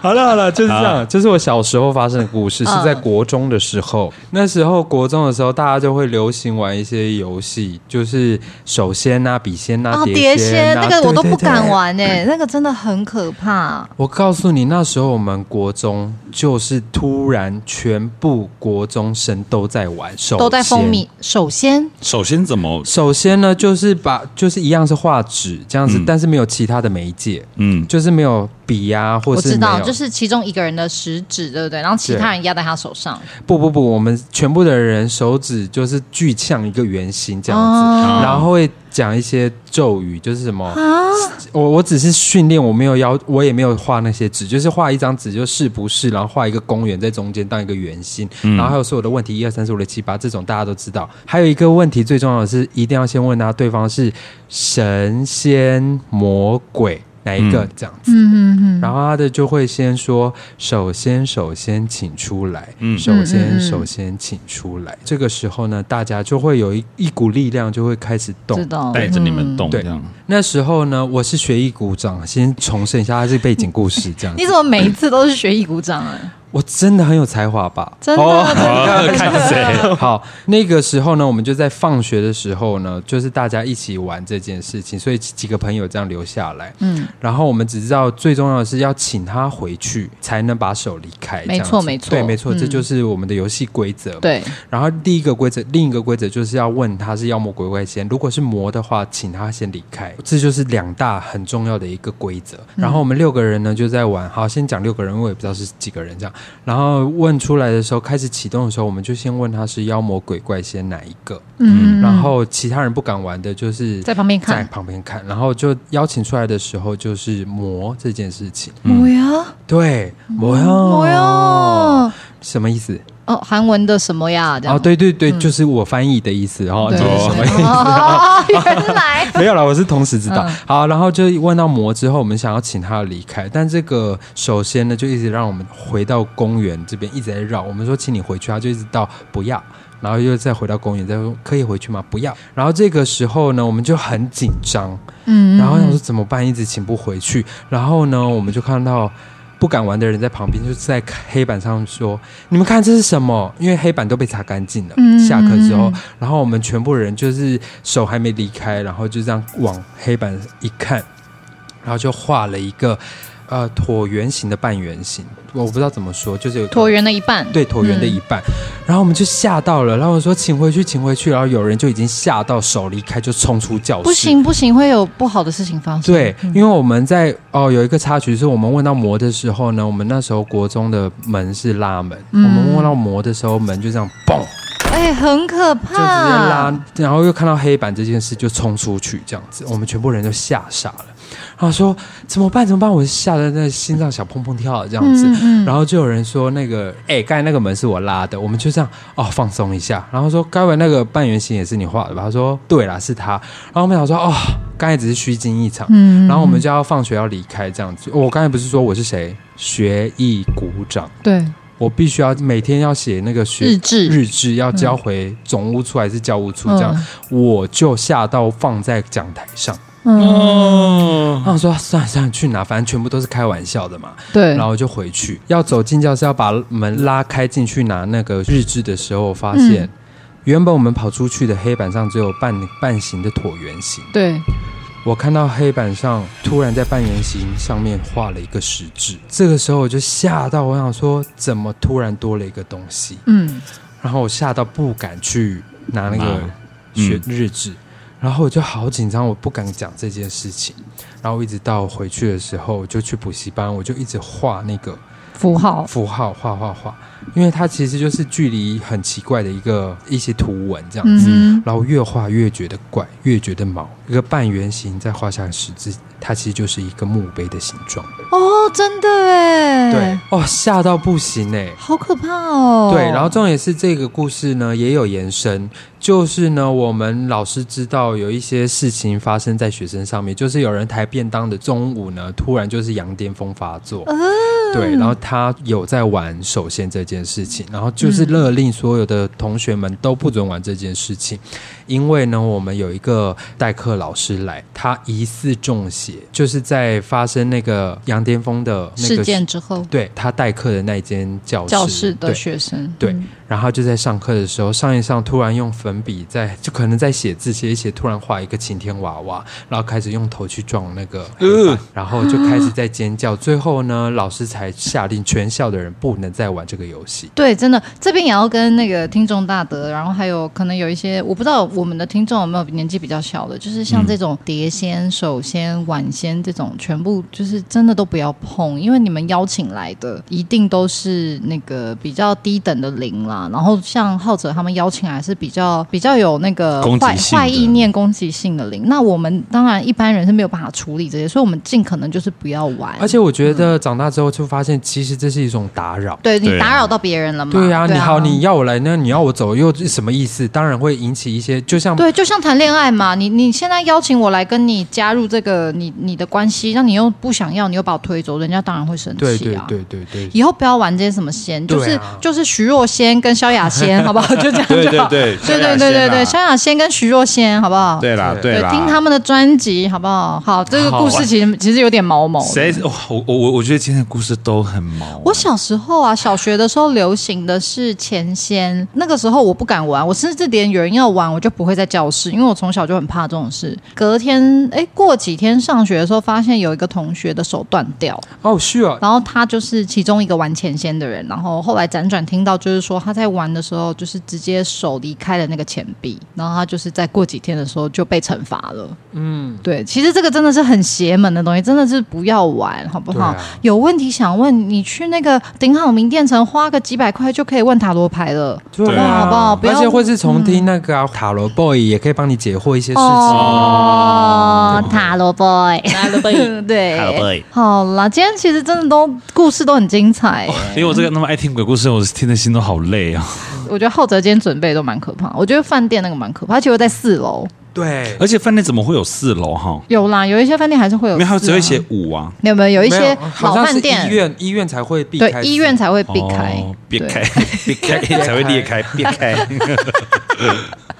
[SPEAKER 4] 好了好了，就是这
[SPEAKER 3] 好
[SPEAKER 4] 啊样，这是我小时候发生的故
[SPEAKER 2] 嗯
[SPEAKER 4] 事，是在国中的时候。那时候国中的时候，大家就会流行玩一些游戏，就是手仙啊、笔仙啊、
[SPEAKER 2] 哦，碟
[SPEAKER 4] 仙
[SPEAKER 2] 仙
[SPEAKER 4] 啊，
[SPEAKER 2] 那个我都
[SPEAKER 4] 对
[SPEAKER 2] 不
[SPEAKER 4] 对对
[SPEAKER 2] 敢玩哎，那个真的很可怕。
[SPEAKER 4] 我告诉你，那时候我们国中就是突然全部国中生都在玩手，
[SPEAKER 2] 都在风靡。。首先，
[SPEAKER 3] 首先怎么，
[SPEAKER 4] 首先呢，就是把就是一样是画纸这样子，
[SPEAKER 3] 嗯
[SPEAKER 4] 但是没有其他的媒介，
[SPEAKER 3] 嗯，
[SPEAKER 4] 就是没有笔呀、或
[SPEAKER 2] 我知
[SPEAKER 4] 是没有
[SPEAKER 2] 道，就是其中一个人的食指，对不对？然后其他人压在他手上，
[SPEAKER 4] 不不不，我们全部的人手指就是具象一个圆形这样子，
[SPEAKER 2] 哦
[SPEAKER 4] 然后会讲一些咒语，就是什么，
[SPEAKER 2] 啊
[SPEAKER 4] 我我只是训练，我没有要，我也没有画那些纸，就是画一张纸就是不是，然后画一个公园在中间当一个圆心，
[SPEAKER 3] 嗯
[SPEAKER 4] 然后还有所有的问题一二三四五六七八这种大家都知道，还有一个问题最重要的是一定要先问他对方是神仙魔鬼哪一个、
[SPEAKER 3] 嗯
[SPEAKER 4] 这样子。然后他的就会先说：“首先，首先请出来。
[SPEAKER 3] 嗯
[SPEAKER 4] 首
[SPEAKER 2] 嗯嗯
[SPEAKER 4] 先，
[SPEAKER 2] 嗯
[SPEAKER 4] 首先请出来。这个时候呢，大家就会有一一股力量就会开始
[SPEAKER 2] 知
[SPEAKER 4] 动。
[SPEAKER 2] 道？
[SPEAKER 3] 带着你们动
[SPEAKER 4] 对
[SPEAKER 3] 这样，
[SPEAKER 4] 那时候呢，我是学艺鼓掌，先重申一下它是背景故事这
[SPEAKER 2] *laughs*
[SPEAKER 4] 样
[SPEAKER 2] 你
[SPEAKER 4] 子。
[SPEAKER 2] 怎么每一次都是学艺鼓掌啊？
[SPEAKER 4] 我真的很有才华吧？哦
[SPEAKER 2] 真的，真的真的
[SPEAKER 3] 看谁
[SPEAKER 4] *laughs* 好，那个时候呢，我们就在放学的时候呢，就是大家一起玩这件事情，所以几个朋友这样留下来。
[SPEAKER 2] 嗯，
[SPEAKER 4] 然后我们只知道最重要的是要请他回去，才能把手离开。
[SPEAKER 2] 没
[SPEAKER 4] 这样
[SPEAKER 2] 错
[SPEAKER 4] 子
[SPEAKER 2] 没错
[SPEAKER 4] 对，没错，
[SPEAKER 2] 嗯
[SPEAKER 4] 这就是我们的游戏规则。。
[SPEAKER 2] *laughs* 对，
[SPEAKER 4] 然后第一个规则，另一个规则就是要问他是妖魔鬼怪先，如果是魔的话，请他先离开。这就是两大很重要的一个规则。
[SPEAKER 2] 嗯
[SPEAKER 4] 然后我们六个人呢就在玩，好，先讲六个人，我也不知道是几个人这样。然后问出来的时候，开始启动的时候，我们就先问他是妖魔鬼怪先哪一个，
[SPEAKER 2] 嗯，
[SPEAKER 4] 然后其他人不敢玩的就是
[SPEAKER 2] 在旁边
[SPEAKER 4] 在
[SPEAKER 2] 看，
[SPEAKER 4] 旁边看，然后就邀请出来的时候就是魔这件事情，
[SPEAKER 2] 我呀，
[SPEAKER 4] 对，魔哟，
[SPEAKER 2] 我呀，
[SPEAKER 4] 什么意思？
[SPEAKER 2] 哦，韩文的什么呀？这样嗯
[SPEAKER 4] 哦，，对对对，就是我翻译的意思，然后就
[SPEAKER 2] 对，
[SPEAKER 4] 是什么意
[SPEAKER 2] *laughs*
[SPEAKER 4] 思？
[SPEAKER 2] 哦，原
[SPEAKER 4] *laughs*
[SPEAKER 2] 来
[SPEAKER 4] 没有啦，我是同时知道
[SPEAKER 2] 嗯。
[SPEAKER 4] 好，然后就问到魔之后，我们想要请他离开，但这个首先呢，就一直让我们回到公园这边，一直在绕。我们说请你回去，啊他就一直到不要，然后又再回到公园，再说可以回去吗？不要。然后这个时候呢，我们就很紧张，
[SPEAKER 2] 嗯
[SPEAKER 4] 然后想说怎么办，一直请不回去。然后呢，我们就看到。不敢玩的人在旁边，就在黑板上说：“你们看这是什么？”因为黑板都被擦干净了。
[SPEAKER 2] 嗯
[SPEAKER 4] 下课之后
[SPEAKER 2] 嗯嗯，
[SPEAKER 4] 然后我们全部人就是手还没离开，然后就这样往黑板一看，然后就画了一个呃椭圆形的半圆形，我不知道怎么说，就是有一个
[SPEAKER 2] 椭圆的一半，
[SPEAKER 4] 对椭圆的一半，然后我们就吓到了，然后我说请回去，请回去，然后有人就已经吓到手离开，就冲出教室，
[SPEAKER 2] 不行不行，会有不好的事情发生。
[SPEAKER 4] 对，因为我们在哦有一个插曲是我们问到魔的时候呢，我们那时候国中的门是拉门，我们问到魔的时候门就这样嘣
[SPEAKER 2] 哎，很可怕，
[SPEAKER 4] 就直接拉，然后又看到黑板这件事就冲出去这样子，我们全部人都吓傻了，然后说怎么办怎么办？我吓得那心脏小砰砰跳这样子，
[SPEAKER 2] 嗯
[SPEAKER 4] 然后就有人说那个哎、刚才那个门是我拉的，我们就这样哦放松一下，然后说该文那个半圆形也是你画的吧？他说对啦是他，然后我们想说哦刚才只是虚惊一场，
[SPEAKER 2] 嗯
[SPEAKER 4] 然后我们就要放学要离开这样子。我刚才不是说我是谁？学艺鼓掌，
[SPEAKER 2] 对
[SPEAKER 4] 我必须要每天要写那个学
[SPEAKER 2] 日志
[SPEAKER 4] 日志，要交回总务处还是教务处
[SPEAKER 2] 嗯嗯
[SPEAKER 4] 这样，我就下到放在讲台上。
[SPEAKER 3] 哦，
[SPEAKER 4] 然后我说算了算了，去哪？反正全部都是开玩笑的嘛。
[SPEAKER 2] 对，
[SPEAKER 4] 然后我就回去，要走进教室，要把门拉开进去拿那个日志的时候，我发现、
[SPEAKER 2] 嗯
[SPEAKER 4] 原本我们跑出去的黑板上只有半半形的椭圆形。
[SPEAKER 2] 对，
[SPEAKER 4] 我看到黑板上突然在半圆形上面画了一个十字，这个时候我就吓到，我想说怎么突然多了一个东西，
[SPEAKER 2] 嗯，
[SPEAKER 4] 然后我吓到不敢去拿那个
[SPEAKER 3] 嗯
[SPEAKER 4] 学日志，然后我就好紧张，我不敢讲这件事情，然后一直到回去的时候，我就去补习班，我就一直画那个
[SPEAKER 2] 符号，
[SPEAKER 4] 符号，画画画，因为它其实就是距离很奇怪的一个一些图文这样子。
[SPEAKER 2] 嗯
[SPEAKER 4] 然后越画越觉得怪，越觉得毛。一个半圆形再画下十字，它其实就是一个墓碑的形状。
[SPEAKER 2] 哼，哦，真的哎，
[SPEAKER 4] 对，，哦，吓到不行哎。
[SPEAKER 2] 好可怕哦。
[SPEAKER 4] 对，然后重点是这个故事呢也有延伸，就是呢我们老师知道有一些事情发生
[SPEAKER 2] 啊
[SPEAKER 4] 在学生上面，就是有人抬便当的中午呢，突然就是羊癫疯发作，对，然后他有在玩手线这件事情，然后就是勒令所有的同学们都不准玩这件事情，因为呢，我们有一个代课老师来，他疑似中邪，就是在发生那个羊癫疯的那个
[SPEAKER 2] 事件之后，
[SPEAKER 4] 对他代课的那间教室，
[SPEAKER 2] 教室的
[SPEAKER 4] 对
[SPEAKER 2] 学生，
[SPEAKER 4] 对，然后就在上课的时候，上一上突然用粉笔在，就可能在写字写一写，突然画一个晴天娃娃，然后开始用头去撞那个黑板，
[SPEAKER 3] 呃
[SPEAKER 4] 然后就开始在尖叫。最后呢，老师才下令全校的人不能再玩这个游戏。
[SPEAKER 2] 对，真的，这边也要跟那个听众大德，然后还有可能有一些，我不知道我们的听众有没有年纪比较小的，就是像这种碟仙、手仙、碗仙这种，全部就是真的都不要碰，因为你们邀请来的一定都是那个比较低等的灵啦。然后像浩哲他们邀请来是比较比较有那个
[SPEAKER 3] 攻击
[SPEAKER 2] 坏
[SPEAKER 3] 性
[SPEAKER 2] 坏
[SPEAKER 3] 的
[SPEAKER 2] 意念、攻击性的灵。那我们当然一般人是没有办法处理这些，所以我们尽可能就是不要玩。
[SPEAKER 4] 而且我觉得长大之后就发现，其实这是一种打扰。
[SPEAKER 2] 对你
[SPEAKER 3] 对啊
[SPEAKER 2] 打扰到别人了嘛？
[SPEAKER 4] 对啊，
[SPEAKER 2] 对
[SPEAKER 4] 你好，你要我来，那你要我走，又是什么意思？当然会引起一些，就像
[SPEAKER 2] 对，就像谈恋爱嘛，你你现在邀请我来跟你加入这个你你的关系，让你又不想要，你又把我推走，人家当然会生气啊。
[SPEAKER 4] 对对对对对，
[SPEAKER 2] 以后不要玩这些什么仙，就是、
[SPEAKER 4] 对啊
[SPEAKER 2] 就是徐若仙跟萧亚仙，好不好？就这样
[SPEAKER 3] 对
[SPEAKER 2] 就
[SPEAKER 3] 对
[SPEAKER 2] 好。
[SPEAKER 3] 对，
[SPEAKER 2] 对对对对对，萧亚仙跟徐若仙，好不好？
[SPEAKER 3] 对啦
[SPEAKER 4] 对
[SPEAKER 3] 对啦，
[SPEAKER 2] 听他们的专辑，好不好？好，这个故
[SPEAKER 4] 好啊
[SPEAKER 2] 事其实其实有点毛毛的。
[SPEAKER 3] 谁？哇我我我我觉得今天的故事都很毛。
[SPEAKER 2] 我小时候啊，小学的时候流行的是前仙，那个时候我不敢玩，我甚至连有人要玩，我就不会在教室，因为我从小就很怕这种事。隔天，哎，过几天上学的时候，发现有一个同学的手断掉，
[SPEAKER 4] 哦是啊，
[SPEAKER 2] 然后他就是其中一个玩前仙的人，然后后来辗转听到，就是说他在玩的时候，就是直接手离开了那个钱币，然后他就是在过几天的时候就被惩罚了。嗯，对，其实这个真的是很邪门的东西，真的是不要玩，好不
[SPEAKER 4] 对
[SPEAKER 2] 好？
[SPEAKER 4] 啊
[SPEAKER 2] 有问题想问，你去那个鼎好名店城花个几百块就可以问塔罗牌了。
[SPEAKER 4] 对
[SPEAKER 3] 对
[SPEAKER 4] 啊，
[SPEAKER 3] 好不
[SPEAKER 2] 好不要
[SPEAKER 4] 而且会是重听那个啊塔罗 boy 也可以帮你解惑一些事情。
[SPEAKER 2] 哦，塔罗 boy，塔罗 boy，对， *laughs*
[SPEAKER 3] 塔罗 boy
[SPEAKER 2] 好啦，今天其实真的都故事都很精彩、
[SPEAKER 3] 因为我这个那么爱听鬼故事，我听的心都好累啊！
[SPEAKER 2] 我觉得浩哲今天准备都蛮可怕，我觉得饭店那个蛮可怕，而且我在四楼。
[SPEAKER 4] 对，
[SPEAKER 3] 而且饭店怎么会有四楼哈？
[SPEAKER 2] 有啦，有一些饭店还是会有、
[SPEAKER 3] 因
[SPEAKER 2] 啊，
[SPEAKER 3] 为它只会写五啊，
[SPEAKER 2] 没有没有，有一
[SPEAKER 4] 没
[SPEAKER 2] 些老
[SPEAKER 4] 好像是
[SPEAKER 2] 饭店，
[SPEAKER 4] 医院医院才会避开
[SPEAKER 2] 对医院才会避开，
[SPEAKER 3] 哦别
[SPEAKER 2] 对
[SPEAKER 3] 开，别开才会裂开，别开。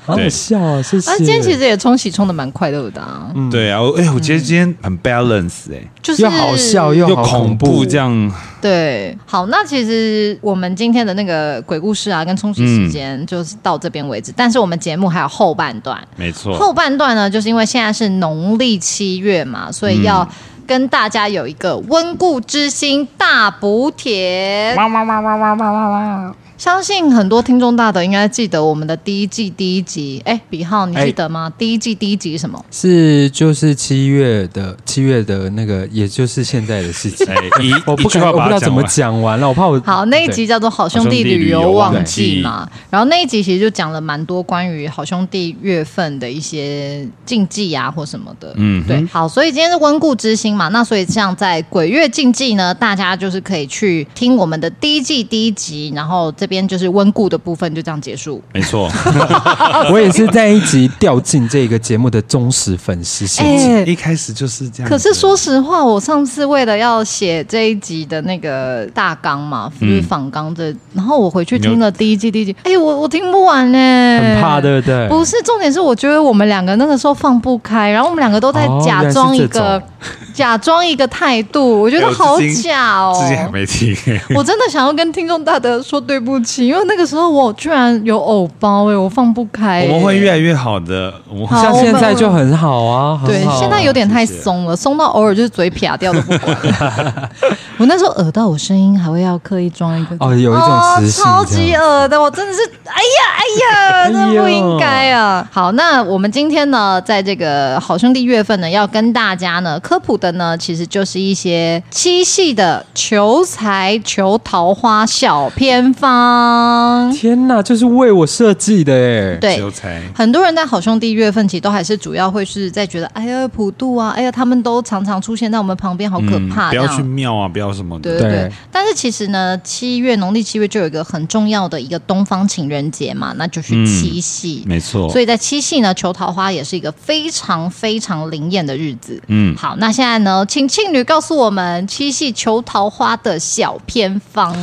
[SPEAKER 4] 好好笑啊！谢谢。
[SPEAKER 2] 啊，今天其实也冲洗冲的蛮快乐的啊，
[SPEAKER 3] 对啊，我哎，我
[SPEAKER 2] 嗯
[SPEAKER 3] 觉得今天很 balance 哎，
[SPEAKER 2] 就是
[SPEAKER 4] 又好笑又
[SPEAKER 3] 又
[SPEAKER 4] 好
[SPEAKER 3] 恐
[SPEAKER 4] 怖
[SPEAKER 3] 怖这。样，
[SPEAKER 2] 对，好，那其实我们今天的那个鬼故事啊，跟充实时间就是到这边为止。但是我们节目还有后半段，
[SPEAKER 3] 没错，
[SPEAKER 2] 后半段呢，就是因为现在是农历七月嘛，所以要
[SPEAKER 3] 嗯
[SPEAKER 2] 跟大家有一个温故知新大补帖。
[SPEAKER 3] 哇哇哇哇哇哇哇哇！
[SPEAKER 2] 相信很多听众大的应该记得我们的第一季第一集，哎，比浩你记得吗？第一季第一集是什么？
[SPEAKER 4] 是就是七月的七月的那个，也就是现在的事情。
[SPEAKER 3] 哎，一
[SPEAKER 4] 我
[SPEAKER 3] 一
[SPEAKER 4] 不
[SPEAKER 3] 句话
[SPEAKER 4] 敢，我不
[SPEAKER 3] 把
[SPEAKER 4] 知
[SPEAKER 3] 它
[SPEAKER 4] 道怎
[SPEAKER 3] 讲
[SPEAKER 4] 么
[SPEAKER 3] 完。
[SPEAKER 4] 讲完了，我怕我
[SPEAKER 2] 好，那一集叫做《好兄弟旅游旺季》嘛，然后那一集其实就讲了蛮多关于好兄弟月份的一些禁忌啊或什么的。
[SPEAKER 3] 嗯哼
[SPEAKER 2] 对，好，所以今天是温故知新嘛，那所以像在鬼月禁忌呢，大家就是可以去听我们的第一季第一集，然后这边就是温故的部分就这样结束。
[SPEAKER 3] 没
[SPEAKER 2] *laughs*
[SPEAKER 3] 错，
[SPEAKER 4] 我也是在一集掉进这个节目的忠实粉丝心情。
[SPEAKER 2] 哎
[SPEAKER 3] 一开始就是这样子。
[SPEAKER 2] 可是说实话，我上次为了要写这一集的那个大纲嘛，就是仿纲这，然后我回去听了第一季第一集，哎、我我听不完呢、
[SPEAKER 4] 很怕，对不对？
[SPEAKER 2] 不是重点是，我觉得我们两个那个时候放不开，然后我们两个都在
[SPEAKER 4] 哦
[SPEAKER 2] 假装一个、
[SPEAKER 4] 原来是这种
[SPEAKER 2] 假装一个态度，我觉得
[SPEAKER 3] 哎我至
[SPEAKER 2] 好
[SPEAKER 3] 今
[SPEAKER 2] 假哦。
[SPEAKER 3] 之前还没听，
[SPEAKER 2] 我真的想要跟听众大德说对不起，因为那个时候我居然有偶包哎、我放不开、哎
[SPEAKER 3] 我们会越来越好的。我们
[SPEAKER 2] 好
[SPEAKER 4] 像
[SPEAKER 2] 我
[SPEAKER 4] 现
[SPEAKER 2] 们
[SPEAKER 4] 在就很好啊，很
[SPEAKER 2] 对
[SPEAKER 4] 好啊，
[SPEAKER 2] 现在有点太
[SPEAKER 3] 谢谢
[SPEAKER 2] 松了，松到偶尔就是嘴撇掉都不
[SPEAKER 4] *laughs*
[SPEAKER 2] 管。我那时候耳到我声音，还会要刻意装
[SPEAKER 4] *laughs*
[SPEAKER 2] 一个。
[SPEAKER 4] 哦，有一种
[SPEAKER 2] 哦
[SPEAKER 4] 磁性这
[SPEAKER 2] 超
[SPEAKER 4] 样，
[SPEAKER 2] 级耳的，我真的是，哎呀，哎呀，
[SPEAKER 4] *laughs* 哎
[SPEAKER 2] 那
[SPEAKER 4] 呦
[SPEAKER 2] 不应该啊。好，那我们今天呢，在这个好兄弟月份呢，要跟大家呢科普的呢，其实就是一些七夕的求财、求桃花小偏
[SPEAKER 4] *laughs*
[SPEAKER 2] 方。
[SPEAKER 4] 天哪，就是为我设计的哎。
[SPEAKER 2] 对，
[SPEAKER 3] 秀才
[SPEAKER 2] 很多人在好兄弟月份其实都还是主要会是在觉得，哎呀普渡啊，哎呀他们都常常出现在我们旁边，好可
[SPEAKER 3] 嗯
[SPEAKER 2] 怕、
[SPEAKER 3] 不
[SPEAKER 2] 这
[SPEAKER 3] 要
[SPEAKER 2] 样。
[SPEAKER 3] 去庙啊，不标什么的。
[SPEAKER 2] 对对对。但是其实呢，七月农历七月就有一个很重要的一个东方情人节嘛，那就是七夕。
[SPEAKER 3] 嗯没错，
[SPEAKER 2] 所以在七夕呢，求桃花也是一个非常非常灵验的日子。
[SPEAKER 3] 嗯，
[SPEAKER 2] 好，那现在呢，请庆女告诉我们七夕求桃花的小偏
[SPEAKER 3] *laughs*
[SPEAKER 2] 方。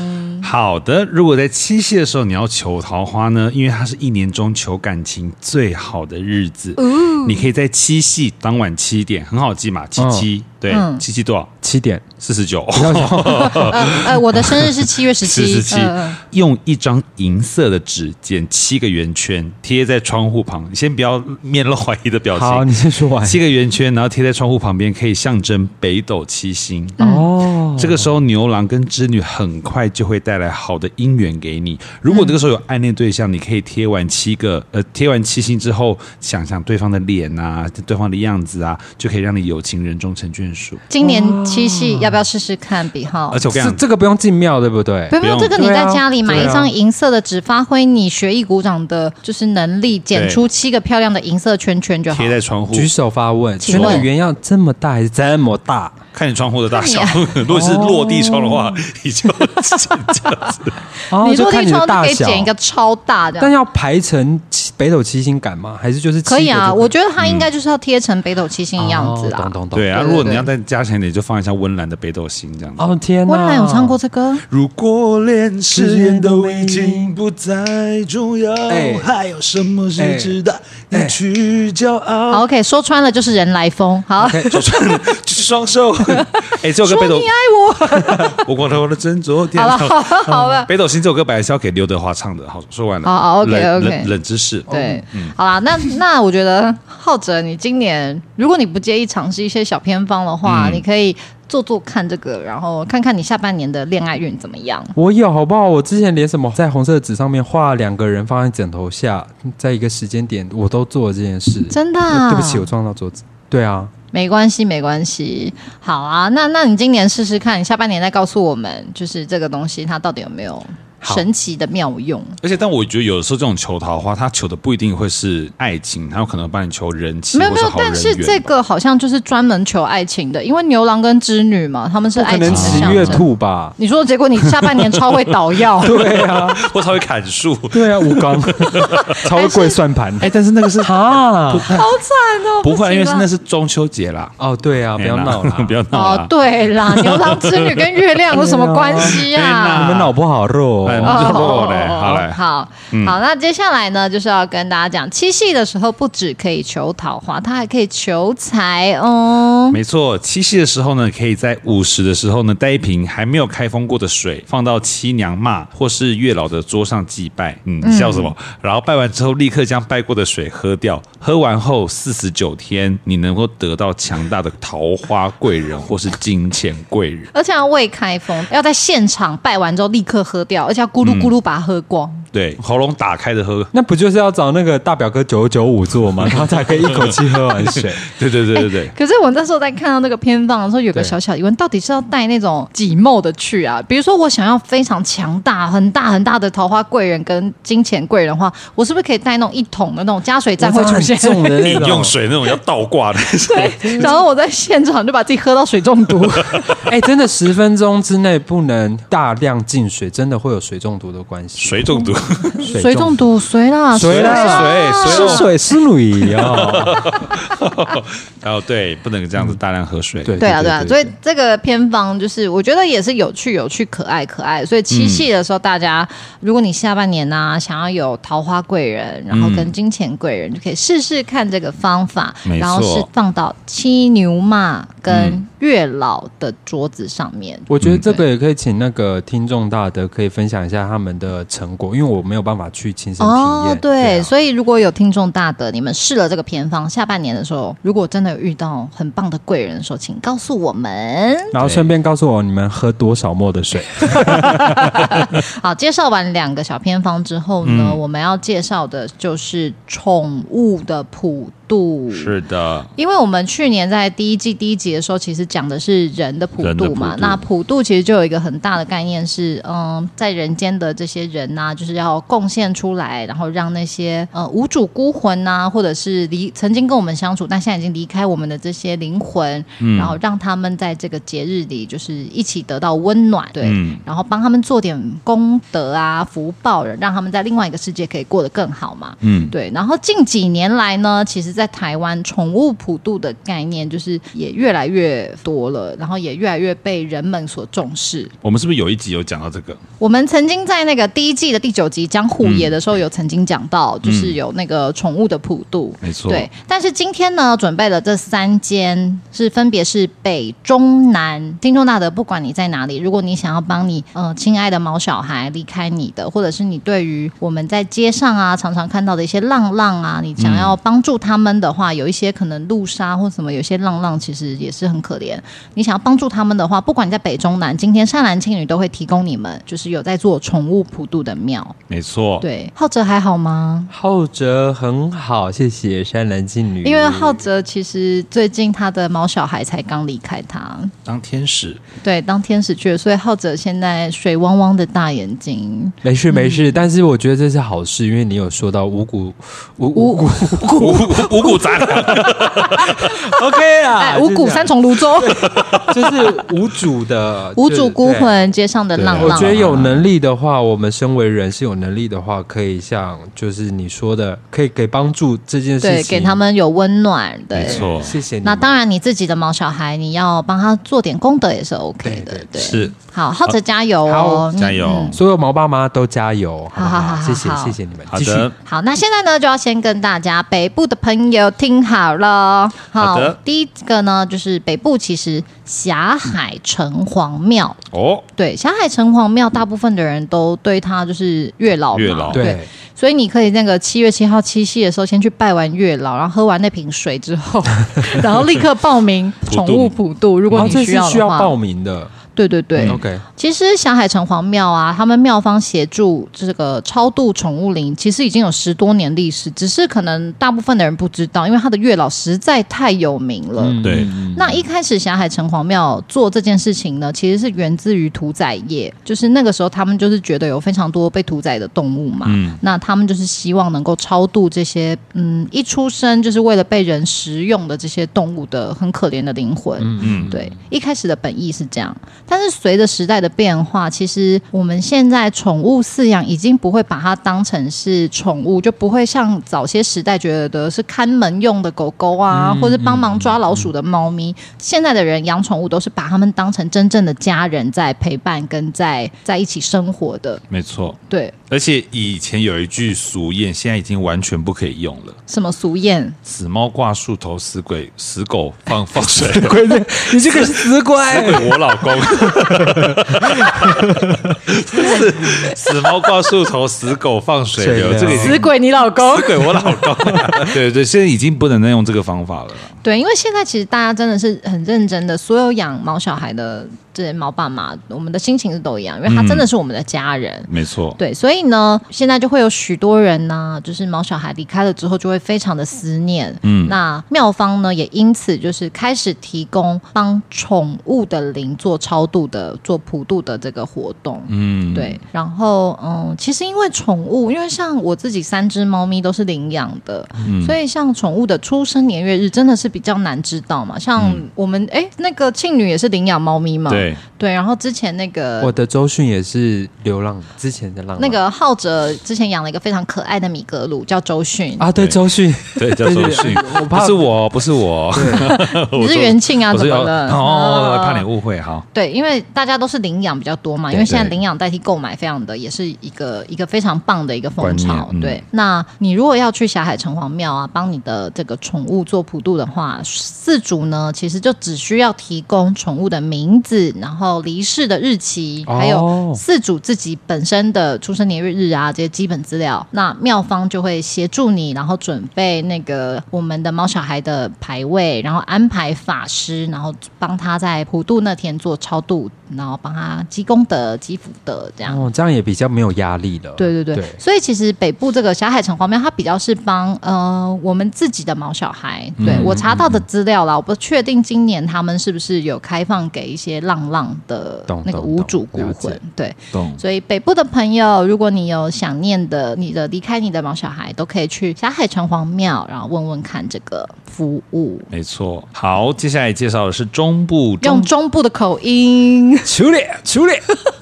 [SPEAKER 3] 好的，如果在七夕的时候你要求桃花呢，因为它是一年中求感情最好的日子，
[SPEAKER 2] 哦
[SPEAKER 3] 你可以在七夕当晚七点，很好记嘛，七七、对，
[SPEAKER 2] 嗯
[SPEAKER 3] 七七多少？
[SPEAKER 4] 七点，
[SPEAKER 3] 四十九，
[SPEAKER 2] *laughs* 呃呃，我的生日是七月十
[SPEAKER 3] *laughs*
[SPEAKER 2] 七，
[SPEAKER 3] 四十七
[SPEAKER 2] 嗯嗯，
[SPEAKER 3] 用一张银色的纸剪七个圆圈，贴在窗户旁。你先不要面露怀疑的表
[SPEAKER 4] *laughs* 好，
[SPEAKER 3] 情
[SPEAKER 4] 你，先说完。
[SPEAKER 3] 七个圆圈，然后贴在窗户旁边，可以象征北斗七星。
[SPEAKER 4] 哦，
[SPEAKER 3] 这个时候，牛郎跟织女很快就会带来好的姻缘给你。如果这个时候有暗恋对象，你可以贴完七个，呃，贴完七星之后，想想对方的脸啊，对方的样子啊，就可以让你有情人终成眷属。
[SPEAKER 2] 今年七夕要不要试试看笔号
[SPEAKER 3] 而？且我跟你
[SPEAKER 4] 是
[SPEAKER 3] 讲，
[SPEAKER 4] 这个不用进庙，对不对
[SPEAKER 2] 不？用，
[SPEAKER 3] 不用
[SPEAKER 2] 这个你
[SPEAKER 4] 对
[SPEAKER 2] 在
[SPEAKER 4] 啊
[SPEAKER 2] 家里买
[SPEAKER 4] 对
[SPEAKER 2] 一
[SPEAKER 4] 啊
[SPEAKER 2] 张银色的纸，发挥你学艺鼓掌的，就是能力，剪
[SPEAKER 3] 对
[SPEAKER 2] 出七个漂亮的银色圈圈就好
[SPEAKER 3] 贴。在窗户，
[SPEAKER 4] 举手发问，
[SPEAKER 2] 请
[SPEAKER 4] 请问
[SPEAKER 2] 问
[SPEAKER 4] 原要这么大还是这么大？
[SPEAKER 3] 看你窗户的大小
[SPEAKER 2] 看。
[SPEAKER 3] *laughs*
[SPEAKER 2] 哦
[SPEAKER 3] 如果是落地窗的话，你就这样 *laughs* 子。
[SPEAKER 4] 哦
[SPEAKER 2] 你落
[SPEAKER 4] 就
[SPEAKER 2] 地
[SPEAKER 4] 看你的
[SPEAKER 2] 窗就
[SPEAKER 4] 大
[SPEAKER 2] 可以
[SPEAKER 4] 小。
[SPEAKER 2] 剪一个超大
[SPEAKER 4] 但
[SPEAKER 2] 的。
[SPEAKER 4] 要排成七北斗七星杆吗？还是就是七个嗯
[SPEAKER 2] 可以啊，
[SPEAKER 4] 就
[SPEAKER 2] 我觉得它应该就是要贴成北斗七星的样子
[SPEAKER 4] 哦懂
[SPEAKER 2] 啦。
[SPEAKER 4] 懂懂。
[SPEAKER 3] 对啊，
[SPEAKER 2] 对
[SPEAKER 3] 如果
[SPEAKER 2] 对
[SPEAKER 3] 你要再加强一点，就放一下温岚的《北斗星》这样子。
[SPEAKER 4] 哦天哪！
[SPEAKER 2] 温岚有唱过这歌，
[SPEAKER 3] 如果连誓言都已经不再重要，
[SPEAKER 4] 哎
[SPEAKER 3] 还有什么是值得你去骄傲？
[SPEAKER 2] 好 OK，说穿了就是人来疯。好，
[SPEAKER 3] *laughs* 就双双手， *laughs* 哎，这首歌
[SPEAKER 2] 说
[SPEAKER 3] 北斗
[SPEAKER 2] 你，爱我，
[SPEAKER 3] *laughs* 我光头的斟酌点。
[SPEAKER 2] 好了，好了，好
[SPEAKER 3] *laughs*
[SPEAKER 2] 了。
[SPEAKER 3] 北斗星这首歌本来是要给刘德华唱的，好，说完了。
[SPEAKER 2] 哦哦，OK，
[SPEAKER 3] 冷
[SPEAKER 2] OK
[SPEAKER 3] 冷冷知识。
[SPEAKER 4] 嗯
[SPEAKER 2] 对，好啦，那那我觉得浩哲，你今年如果你不介意尝试一些小偏方的
[SPEAKER 4] 嗯
[SPEAKER 2] 话，你可以做做看这个，然后看看你下半年的恋爱运怎么样。
[SPEAKER 4] 我有好不好？我之前连什么在红色的纸上面画两个人放在枕头下，在一个时间点，我都做了这件事。
[SPEAKER 2] 真的啊
[SPEAKER 4] 对不起，我撞到桌子。对啊，
[SPEAKER 2] 没关系，没关系。好啊，那那你今年试试看，你下半年再告诉我们，就是这个东西它到底有没有
[SPEAKER 4] 好
[SPEAKER 2] 神奇的妙用？
[SPEAKER 3] 而且，但我觉得有的时候这种求桃花，他求的不一定会是爱情，他有可能帮你求人气，
[SPEAKER 2] 没有
[SPEAKER 3] 或
[SPEAKER 2] 没
[SPEAKER 3] 是
[SPEAKER 2] 有，
[SPEAKER 3] 好人
[SPEAKER 2] 但是
[SPEAKER 3] 缘
[SPEAKER 2] 这个好像就是专门求爱情的，因为牛郎跟织女嘛，他们是
[SPEAKER 4] 不可
[SPEAKER 2] 爱情
[SPEAKER 4] 能
[SPEAKER 2] 的
[SPEAKER 4] 骑
[SPEAKER 2] 象
[SPEAKER 4] 月
[SPEAKER 2] 征。
[SPEAKER 4] 兔吧？
[SPEAKER 2] 你说，结果你下半年超会
[SPEAKER 3] *laughs*
[SPEAKER 2] 捣药， *laughs*
[SPEAKER 4] 对啊，
[SPEAKER 3] *laughs* 或他会砍树。
[SPEAKER 4] 对啊，吴 *laughs* 刚超会跪算盘。
[SPEAKER 3] 哎，但是那个是
[SPEAKER 4] 啊，
[SPEAKER 2] 好惨哦！
[SPEAKER 3] 不会，因为是
[SPEAKER 2] 行啦
[SPEAKER 3] 那是中秋节啦。哎
[SPEAKER 4] 哦对啊，不要闹了，
[SPEAKER 3] *laughs* 不要闹
[SPEAKER 2] 哦
[SPEAKER 3] 了，。
[SPEAKER 2] 对啦，牛郎织女跟月亮有什么关系
[SPEAKER 3] 对
[SPEAKER 2] 啊
[SPEAKER 3] 啦？ *laughs*
[SPEAKER 4] 你们脑波好弱
[SPEAKER 3] 哎
[SPEAKER 4] 哦。
[SPEAKER 3] 那就落嘞好嘞嗯
[SPEAKER 2] 好好那接下来呢，就是要跟大家讲，七夕的时候不只可以求桃花，它还可以求财哦。
[SPEAKER 3] 没错，七夕的时候呢，可以在午时的时候呢，带一瓶还没有开封过的水，放到七娘骂或是月老的桌上祭拜。嗯，笑什么？然后拜完之后，立刻将拜过的水喝掉。喝完后四十九天，你能够得到强大的桃花贵人或是金钱贵人。
[SPEAKER 2] 而且要未开封，要在现场拜完之后立刻喝掉，而且要咕噜
[SPEAKER 3] 嗯
[SPEAKER 2] 咕噜把它喝光。
[SPEAKER 3] 对，
[SPEAKER 4] 嗯
[SPEAKER 3] 喉咙打开的喝。
[SPEAKER 4] 那不就是要找那个大表哥九九五做吗？他才可以一口气喝完水。
[SPEAKER 3] *laughs* 对对对对对。
[SPEAKER 2] 可是我那时候在看到那个偏方的时候，有个
[SPEAKER 4] 对
[SPEAKER 2] 小小疑问，到底是要带那种几梦的去啊？比如说我想要非常强大、很大很大的桃花贵人跟金钱贵人的话，我是不是可以带那种一桶的那种加水站会出现？
[SPEAKER 4] 我
[SPEAKER 2] *laughs*
[SPEAKER 4] 知道很重 *laughs* 的那
[SPEAKER 3] 饮
[SPEAKER 4] 种 *laughs*
[SPEAKER 3] 用水那种要倒挂的，
[SPEAKER 2] 然后我在现场就把自己喝到水中毒。
[SPEAKER 4] 哎、真的十分钟之内不能大量进水，真的会有水中毒的关系。
[SPEAKER 3] 水中毒。 *laughs*
[SPEAKER 2] 水中毒，谁啦？
[SPEAKER 4] 水啦
[SPEAKER 3] 水
[SPEAKER 4] 是水是女哦。
[SPEAKER 3] 哦，对，不能这样子大量喝水。
[SPEAKER 4] *laughs* 对
[SPEAKER 2] 对啊，对啊，
[SPEAKER 4] 对
[SPEAKER 2] 所以这个偏方就是我觉得也是有趣、有趣、可爱、可爱。所以七夕的时候，大家、如果你下半年呢、想要有桃花贵人，然后跟金钱贵人，就可以试试看这个方法
[SPEAKER 3] 没。错
[SPEAKER 2] 然后是放到七牛马跟月老的桌子上面。
[SPEAKER 4] 嗯我觉得这个也可以请那个听众大德可以分享一下他们的成果，因为我没有办法去亲身体验。
[SPEAKER 2] 哦，对，
[SPEAKER 4] 啊
[SPEAKER 2] 所以如果有听众大德，你们试了这个偏方，下半年的时候，如果真的有遇到很棒的贵人的时候，请告诉我们。
[SPEAKER 4] 然后顺便告诉我你们喝多少沫
[SPEAKER 2] *laughs*
[SPEAKER 4] 的水。
[SPEAKER 2] 好，介绍完两个小偏方之后呢，我们要介绍的就是宠物的普度。
[SPEAKER 3] 是的，
[SPEAKER 2] 因为我们去年在第一季第一集的时候，其实讲的是人的普
[SPEAKER 3] 人的
[SPEAKER 2] 渡嘛。
[SPEAKER 3] 普渡
[SPEAKER 2] 那普渡其实就有一个很大的概念是，嗯，在人间的这些人呐、就是要贡献出来，然后让那些呃无主孤魂呐、或者是离曾经跟我们相处但现在已经离开我们的这些灵魂，
[SPEAKER 3] 嗯
[SPEAKER 2] 然后让他们在这个节日里就是一起得到温暖，对，
[SPEAKER 3] 嗯
[SPEAKER 2] 然后帮他们做点功德啊、福报，让他们在另外一个世界可以过得更好嘛。
[SPEAKER 3] 嗯，
[SPEAKER 2] 对，然后近几年来呢，其实，在台湾宠物普渡的概念就是也越来越多了，然后也越来越被人们所重视。
[SPEAKER 3] 我们是不是有一集有讲到这个？
[SPEAKER 2] 我们曾经在那个第一季的第九集讲虎爷的时候，有曾经讲到，就是有那个宠物的普渡。
[SPEAKER 3] 没错，
[SPEAKER 2] 对，但是今天呢，准备了这三间是分别是北、中、南。听众大德，不管你在哪里，如果你想要帮你呃亲爱的毛小孩离开你的，或者是你对于我们在街上啊常常看到的一些浪浪啊，你想要帮助他们的话，有一些可能路杀或什么，有些浪浪其实也是很可怜。你想要帮助他们的话，不管你在北、中、南，今天善兰青女都会提供你们，就是有在做宠物普渡的庙。
[SPEAKER 3] 没错，
[SPEAKER 2] 对，浩哲还好嗯吗？
[SPEAKER 4] 浩哲很好，谢谢山兰静女。
[SPEAKER 2] 因为浩哲其实最近他的毛小孩才刚离开他，
[SPEAKER 3] 当天使，
[SPEAKER 2] 对，当天使去了，所以浩哲现在水汪汪的大眼睛，
[SPEAKER 4] 没事没事，但是我觉得这是好事，因为你有说到五谷五 *laughs*
[SPEAKER 2] *laughs*
[SPEAKER 4] 五谷
[SPEAKER 3] 五五五谷杂粮，
[SPEAKER 4] *laughs* OK 啦，
[SPEAKER 2] 哎，五
[SPEAKER 4] 啊就
[SPEAKER 2] 谷
[SPEAKER 4] 是这样
[SPEAKER 2] 三重泸
[SPEAKER 4] *laughs*
[SPEAKER 2] 州，
[SPEAKER 4] 就是无主
[SPEAKER 2] *laughs*
[SPEAKER 4] 的
[SPEAKER 2] 无主孤。
[SPEAKER 4] 就是对
[SPEAKER 2] 魂，街上的浪
[SPEAKER 3] 对
[SPEAKER 4] 我
[SPEAKER 2] 浪
[SPEAKER 4] 觉。得有能力的话，我们身为人是有能力的话，可以像就是你说的，可以给帮助这件事情，
[SPEAKER 2] 对，给他们有温暖，对
[SPEAKER 3] 没。错，
[SPEAKER 4] 谢谢你们。
[SPEAKER 2] 那当然，你自己的毛小孩，你要帮他做点功德也是 OK 的
[SPEAKER 4] 对对，
[SPEAKER 2] 对。
[SPEAKER 3] 是
[SPEAKER 2] 好，浩哲加油哦，
[SPEAKER 3] 加
[SPEAKER 2] 嗯
[SPEAKER 3] 油。
[SPEAKER 2] 嗯
[SPEAKER 4] 所有毛爸妈都加油，好不
[SPEAKER 2] 好好好
[SPEAKER 4] 谢谢
[SPEAKER 2] 好
[SPEAKER 4] 谢谢你们，
[SPEAKER 3] 好
[SPEAKER 4] 继续
[SPEAKER 3] 的，
[SPEAKER 2] 好，那现在呢，就要先跟大家北部的朋友听好了。
[SPEAKER 3] 好的
[SPEAKER 2] 第一个呢，就是北部其实霞海城隍庙，
[SPEAKER 3] 哦，
[SPEAKER 2] 对，霞海城隍庙，大部分的人都对它就是月老嘛，
[SPEAKER 3] 月老
[SPEAKER 4] 对，
[SPEAKER 2] 所以你可以那个七月七号七夕的时候，先去拜完月老，然后喝完那瓶水之
[SPEAKER 4] *laughs*
[SPEAKER 2] 后，然后立刻报名宠物普渡，如果
[SPEAKER 4] 哦
[SPEAKER 2] 你
[SPEAKER 4] 这
[SPEAKER 2] 需
[SPEAKER 4] 是
[SPEAKER 2] 要
[SPEAKER 4] 需
[SPEAKER 2] 的
[SPEAKER 4] 要
[SPEAKER 2] 话，嗯
[SPEAKER 4] 报嗯名的
[SPEAKER 2] 对对对，
[SPEAKER 4] ，OK，
[SPEAKER 2] 其实霞海城隍庙啊，他们庙方协助这个超度宠物灵，其实已经有十多年历史，只是可能大部分的人不知道，因为他的月老实在太有名了。
[SPEAKER 4] 嗯
[SPEAKER 3] 对
[SPEAKER 4] 嗯
[SPEAKER 2] 那一开始霞海城隍庙做这件事情呢，其实是源自于屠宰业，就是那个时候他们就是觉得有非常多被屠宰的动物嘛，
[SPEAKER 3] 嗯
[SPEAKER 2] 那他们就是希望能够超度这些嗯一出生就是为了被人食用的这些动物的很可怜的灵魂。
[SPEAKER 3] 嗯，
[SPEAKER 2] 对，一开始的本意是这样，但是随着时代的变化，其实我们现在宠物饲养已经不会把它当成是宠物，就不会像早些时代觉得是看门用的狗狗啊，
[SPEAKER 4] 嗯
[SPEAKER 2] 或是帮忙抓老鼠的猫咪。现在的人养宠物都是把它们当成真正的家人在陪伴跟在在一起生活的。
[SPEAKER 3] 没错。
[SPEAKER 2] 对，
[SPEAKER 3] 而且以前有一句俗谚，现在已经完全不可以用了：
[SPEAKER 2] 什么俗谚？
[SPEAKER 3] 死猫挂树头，死鬼死狗放放水，死
[SPEAKER 4] *laughs* 鬼子，你这个死鬼，
[SPEAKER 3] 鬼我老
[SPEAKER 4] *laughs*
[SPEAKER 3] 公。死死猫挂树头，死狗放水流，
[SPEAKER 4] 水流
[SPEAKER 3] 这个已经
[SPEAKER 2] 死鬼你老公？
[SPEAKER 3] 死鬼我老公。对对，现在已经不能再用这个方法了啦。
[SPEAKER 2] 对，因为现在其实大家真的是很认真的，所有养毛小孩的这些毛爸妈，我们的心情是都一样，因为他真的是我们的家人。
[SPEAKER 3] 没错，
[SPEAKER 2] 对，所以呢，现在就会有许多人呢、就是毛小孩离开了之后，就会非常的思念。
[SPEAKER 3] 嗯
[SPEAKER 2] 那妙方呢，也因此就是开始提供帮宠物的灵做超度的、做普渡的这个活动。
[SPEAKER 3] 嗯，
[SPEAKER 2] 对，然后嗯，其实因为宠物，因为像我自己三只猫咪都是领养的，
[SPEAKER 3] 嗯
[SPEAKER 2] 所以像宠物的出生年月日真的是比较难知道嘛。像我们哎、那个庆女也是领养猫咪
[SPEAKER 4] 嗯
[SPEAKER 2] 嘛，
[SPEAKER 3] 嗯对，
[SPEAKER 2] 对，然后之前那个。
[SPEAKER 4] 我的周迅也是流浪之前的浪
[SPEAKER 3] 嗯
[SPEAKER 4] 浪，
[SPEAKER 2] 呃那个浩哲之前养了一个非常可爱的米格鲁，叫周迅，
[SPEAKER 4] 啊，对
[SPEAKER 3] 对
[SPEAKER 4] 周迅，
[SPEAKER 2] *laughs*
[SPEAKER 3] 对，叫周迅，
[SPEAKER 4] 我
[SPEAKER 3] 不
[SPEAKER 4] 怕
[SPEAKER 3] 是我，不是 *laughs* 我，
[SPEAKER 2] 你是元庆啊？
[SPEAKER 3] 我
[SPEAKER 2] 怎
[SPEAKER 3] 是
[SPEAKER 2] 么
[SPEAKER 3] 要
[SPEAKER 2] 了？
[SPEAKER 3] 哦，
[SPEAKER 2] 嗯
[SPEAKER 3] 怕你误会哈。
[SPEAKER 2] 对，因为大家都是领养比较多嘛，
[SPEAKER 3] 对
[SPEAKER 2] 因为现在
[SPEAKER 3] 对
[SPEAKER 2] 领养代替购买，非常的也是一个一个非常棒的一个风
[SPEAKER 3] 观
[SPEAKER 2] 潮
[SPEAKER 3] 念。嗯
[SPEAKER 2] 对，那你如果要去霞海城隍庙啊，帮你的这个宠物做普渡的话，饲主呢其实就只需要提供宠物的名字，然后离世的日期，还有
[SPEAKER 4] 哦
[SPEAKER 2] 饲主自己本身的出生年月日啊这些基本资料，那妙方就会协助你，然后准备那个我们的猫小孩的牌位，然后安排法师，然后帮他在普渡那天做超度，然后帮他积功德、积福德这样。
[SPEAKER 4] *laughs* 哦，这样也比较没有压力了。
[SPEAKER 2] 对对对，
[SPEAKER 4] 对，
[SPEAKER 2] 所以其实北部这个霞海城隍庙，它比较是帮呃我们自己的毛小孩。对、
[SPEAKER 4] 嗯
[SPEAKER 2] 我查到的资料啦，我不确定今年他们是不是有开放给一些浪浪的
[SPEAKER 4] 懂
[SPEAKER 2] 那个
[SPEAKER 4] 懂
[SPEAKER 2] 无
[SPEAKER 4] 懂
[SPEAKER 2] 主孤
[SPEAKER 4] 了
[SPEAKER 2] 魂
[SPEAKER 4] 解。
[SPEAKER 2] 对，
[SPEAKER 3] 懂。
[SPEAKER 2] 所以北部的朋友，如果你有想念的、你的离开你的毛小孩，都可以去霞海城隍庙，然后问问看这个服务。
[SPEAKER 3] 没错，好，接下来介绍的是中部
[SPEAKER 2] 用
[SPEAKER 3] 中，
[SPEAKER 2] 中部的口音，
[SPEAKER 4] 处理处理，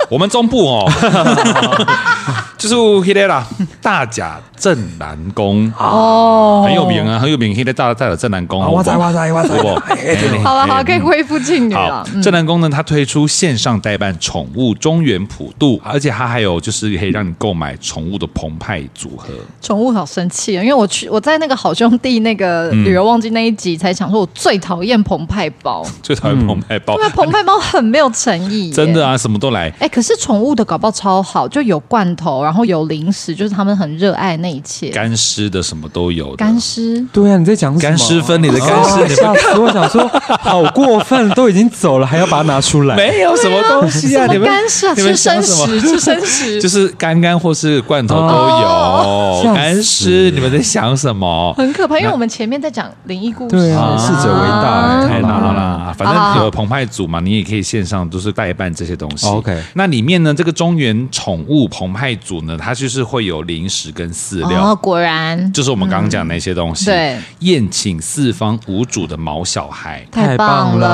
[SPEAKER 3] 我们中部哦，就是 h i l 啦，大甲镇南宫哦，很有名啊，很有名 h i l 大大甲镇南宫，
[SPEAKER 4] 啊
[SPEAKER 3] 好不
[SPEAKER 4] 哇
[SPEAKER 3] 好
[SPEAKER 4] 塞哇塞哇塞
[SPEAKER 3] 好不好哎
[SPEAKER 2] *laughs* 好了好，
[SPEAKER 3] 哎
[SPEAKER 2] 可以恢复静女了嗯
[SPEAKER 3] 好。，正南宫呢，它推出线上代办宠物中原普渡，而且它还有就是可以让你购买宠物的澎湃组合。
[SPEAKER 2] 宠物好生气啊！因为我去我在那个好兄弟那个旅游旺季那一集才想说，我最讨厌澎湃包，
[SPEAKER 3] 最讨厌澎湃包，
[SPEAKER 2] 因为澎湃包很没有诚
[SPEAKER 3] 哦 *laughs*
[SPEAKER 2] 意、
[SPEAKER 3] 真的。啊，什么都来。
[SPEAKER 2] 哎、可是宠物的搞爆超好，就有罐头，然后有零食，就是他们很热爱那一切。
[SPEAKER 3] 干湿的什么都有的，
[SPEAKER 2] 干尸，
[SPEAKER 4] 对啊，你在讲什么？
[SPEAKER 3] 干尸分离的干尸
[SPEAKER 4] 哦吓死我！想说，好过分，都已经走了，还要把它拿出来？
[SPEAKER 3] 没有什么东西啊，你
[SPEAKER 2] 什
[SPEAKER 3] 们
[SPEAKER 2] 么干尸啊？
[SPEAKER 3] 你们
[SPEAKER 2] 吃生
[SPEAKER 3] 想什么
[SPEAKER 2] 食，吃生
[SPEAKER 3] *laughs*
[SPEAKER 2] 食，
[SPEAKER 3] 就是干干或是罐头
[SPEAKER 4] 哦
[SPEAKER 3] 都有，
[SPEAKER 4] 吓死
[SPEAKER 3] 干湿你们在想什么？
[SPEAKER 2] 很可怕。因为我们前面在讲灵异故事，
[SPEAKER 4] 对啊，
[SPEAKER 3] 是
[SPEAKER 4] 逝者为大，哎
[SPEAKER 3] 太
[SPEAKER 4] 好
[SPEAKER 3] 大
[SPEAKER 4] 吧
[SPEAKER 3] 了啦！反正有澎湃组嘛，你也可以线上都是代办这些东西。
[SPEAKER 2] 哦
[SPEAKER 4] OK
[SPEAKER 3] 那里面呢，这个中原宠物澎湃组呢，它就是会有零食跟饲料。
[SPEAKER 2] 哦，果然
[SPEAKER 3] 就是我们刚刚讲的那些东西，
[SPEAKER 2] 嗯对，
[SPEAKER 3] 宴请四方无主的毛小孩，
[SPEAKER 2] 太棒
[SPEAKER 4] 棒
[SPEAKER 2] 了。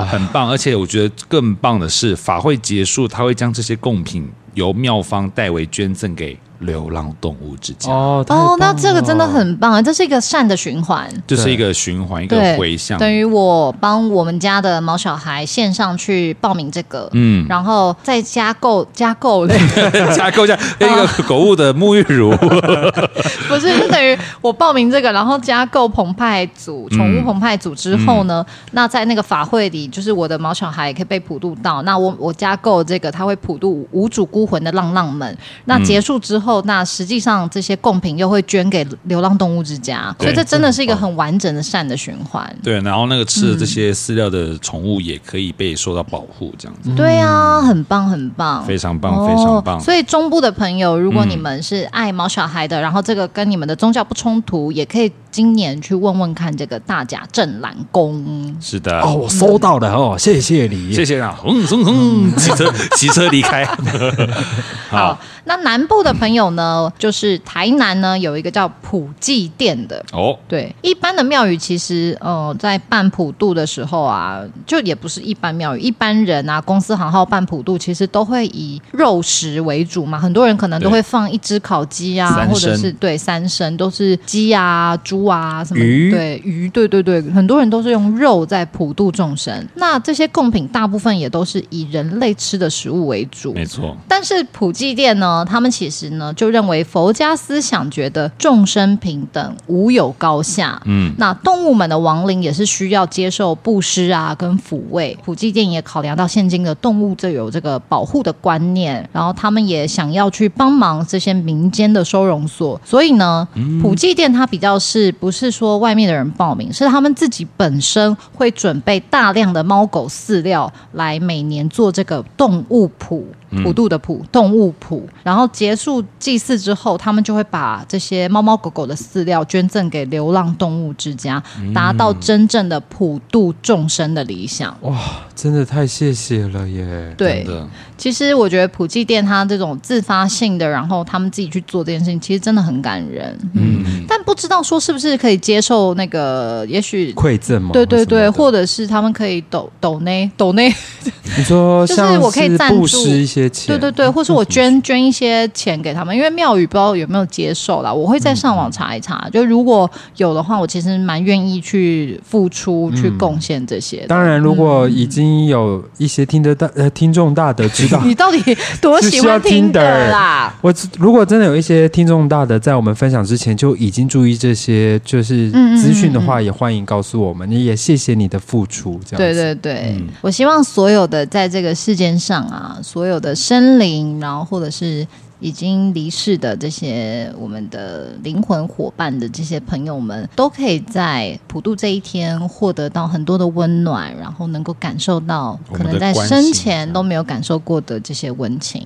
[SPEAKER 4] 了，
[SPEAKER 3] 很棒。而且我觉得更棒的是，法会结束，他会将这些贡品由妙方代为捐赠给流浪动物之家。
[SPEAKER 4] 哦太棒
[SPEAKER 2] 哦，那这个真的
[SPEAKER 4] 了
[SPEAKER 2] 很棒，啊这是一个善的循环。
[SPEAKER 3] 这是一个循环，一个
[SPEAKER 2] 对，
[SPEAKER 3] 回向，
[SPEAKER 2] 等于我帮我们家的毛小孩线上去报名这个，
[SPEAKER 3] 嗯，
[SPEAKER 2] 然后再加购加购了，
[SPEAKER 3] *laughs* 加购一下那个狗物的沐浴乳，
[SPEAKER 4] 哦
[SPEAKER 2] *laughs* 不是就等于我报名这个，然后加购澎湃组宠物澎湃组之后呢，那在那个法会里，就是我的毛小孩也可以被普渡到，那我我加购这个，他会普渡无主孤魂的浪浪们。那结束之后，那实际上这些贡品又会捐给流浪动物之家，
[SPEAKER 3] 对
[SPEAKER 2] 所以这真的是一个很完整的善的循环。
[SPEAKER 3] *laughs* 对，然后那个吃的这些饲料的宠物也可以被受到保护，这
[SPEAKER 4] 嗯
[SPEAKER 3] 样子
[SPEAKER 2] 对啊，很棒，很棒，
[SPEAKER 3] 嗯
[SPEAKER 2] 哦
[SPEAKER 3] 非常棒，非常棒。
[SPEAKER 2] 所以中部的朋友，如果
[SPEAKER 3] 嗯
[SPEAKER 2] 你们是爱毛小孩的，然后这个跟你们的宗教不冲突，也可以今年去问问看这个大甲镇澜宫。
[SPEAKER 3] 是的，
[SPEAKER 4] 哦，我收到了哦，谢谢你，
[SPEAKER 3] 谢谢啊，轰轰
[SPEAKER 4] 嗯
[SPEAKER 3] 轰，骑
[SPEAKER 4] *laughs*
[SPEAKER 3] 车骑车离开。好，
[SPEAKER 2] 那南部的朋友呢，就是台南呢有一个叫普济殿的。
[SPEAKER 3] 哦，
[SPEAKER 2] 对，一般的庙宇其实，呃，在办普渡的时候啊，就也不是一般庙宇，一般人啊，公司行号办普渡，其实都会以肉食为主嘛。很多人可能都
[SPEAKER 3] 对
[SPEAKER 2] 会放一只烤鸡啊，
[SPEAKER 3] 三
[SPEAKER 2] 或者
[SPEAKER 3] 牲
[SPEAKER 2] 是对三牲，都是鸡啊、猪啊什么
[SPEAKER 4] 鱼
[SPEAKER 2] 对鱼，对对对，很多人都是用肉在普渡众生。那这些贡品大部分也都是以人类吃的食物为主，
[SPEAKER 3] 没错，
[SPEAKER 2] 但是普济殿呢，他们其实呢就认为佛家思想觉得众生平等，无有高下。
[SPEAKER 3] 嗯，
[SPEAKER 2] 那动物们的亡灵也是需要接受布施啊，跟抚慰。普济殿也考量到现今的动物就有这个保护的观念，然后他们也想要去帮忙这些民间的收容所，所以呢，普济殿它比较是不是说外面的人报名，是他们自己本身会准备大量的猫狗饲料来每年做这个动物谱。普渡的普，动物谱，然后结束祭祀之后，他们就会把这些猫猫狗狗的饲料捐赠给流浪动物之家，达到真正的普渡众生的理想。
[SPEAKER 4] 真的太谢谢了耶！
[SPEAKER 2] 对
[SPEAKER 3] 真，的
[SPEAKER 2] 其实我觉得普济店它这种自发性的，然后他们自己去做这件事情，其实真的很感人。嗯，但不知道说是不是可以接受那个，也许。
[SPEAKER 4] 馈赠吗？
[SPEAKER 2] 对对对，
[SPEAKER 4] 啊什么的
[SPEAKER 2] 或者是他们可以抖抖内抖内，
[SPEAKER 4] 你说
[SPEAKER 2] 就是
[SPEAKER 4] 像
[SPEAKER 2] 我可以赞助
[SPEAKER 4] 布施一些钱，嗯
[SPEAKER 2] 对对
[SPEAKER 4] *laughs*
[SPEAKER 2] 对，或是我捐捐一些钱给他们，因为庙宇不知道有没有接受啦，我会再上网查一查。就如果有的话，我其实蛮愿意去付出、去贡献这些的。
[SPEAKER 4] 嗯当然，如果已经有一些听得大呃听众大德知道
[SPEAKER 2] *laughs* ，你到底多喜欢
[SPEAKER 4] 是需要
[SPEAKER 2] 听的
[SPEAKER 4] Tinder
[SPEAKER 2] 啦？
[SPEAKER 4] 我如果真的有一些听众大德在我们分享之前就已经注意注意这些
[SPEAKER 2] 嗯
[SPEAKER 4] 就是资讯的话，也欢迎告诉我们。也谢谢你的付出，这样子
[SPEAKER 2] 对对对，
[SPEAKER 3] 嗯
[SPEAKER 2] 我希望所有的在这个世间上啊，所有的生灵，然后啊或者是已经离世的这些我们的灵魂伙伴的这些朋友们，都可以在普渡这一天获得到很多的温暖，然后能够感受到
[SPEAKER 3] 我
[SPEAKER 2] 可
[SPEAKER 3] 们的
[SPEAKER 2] 能在
[SPEAKER 3] 关
[SPEAKER 2] 生
[SPEAKER 3] 心嗯
[SPEAKER 2] 前都没有感受过的这些温情。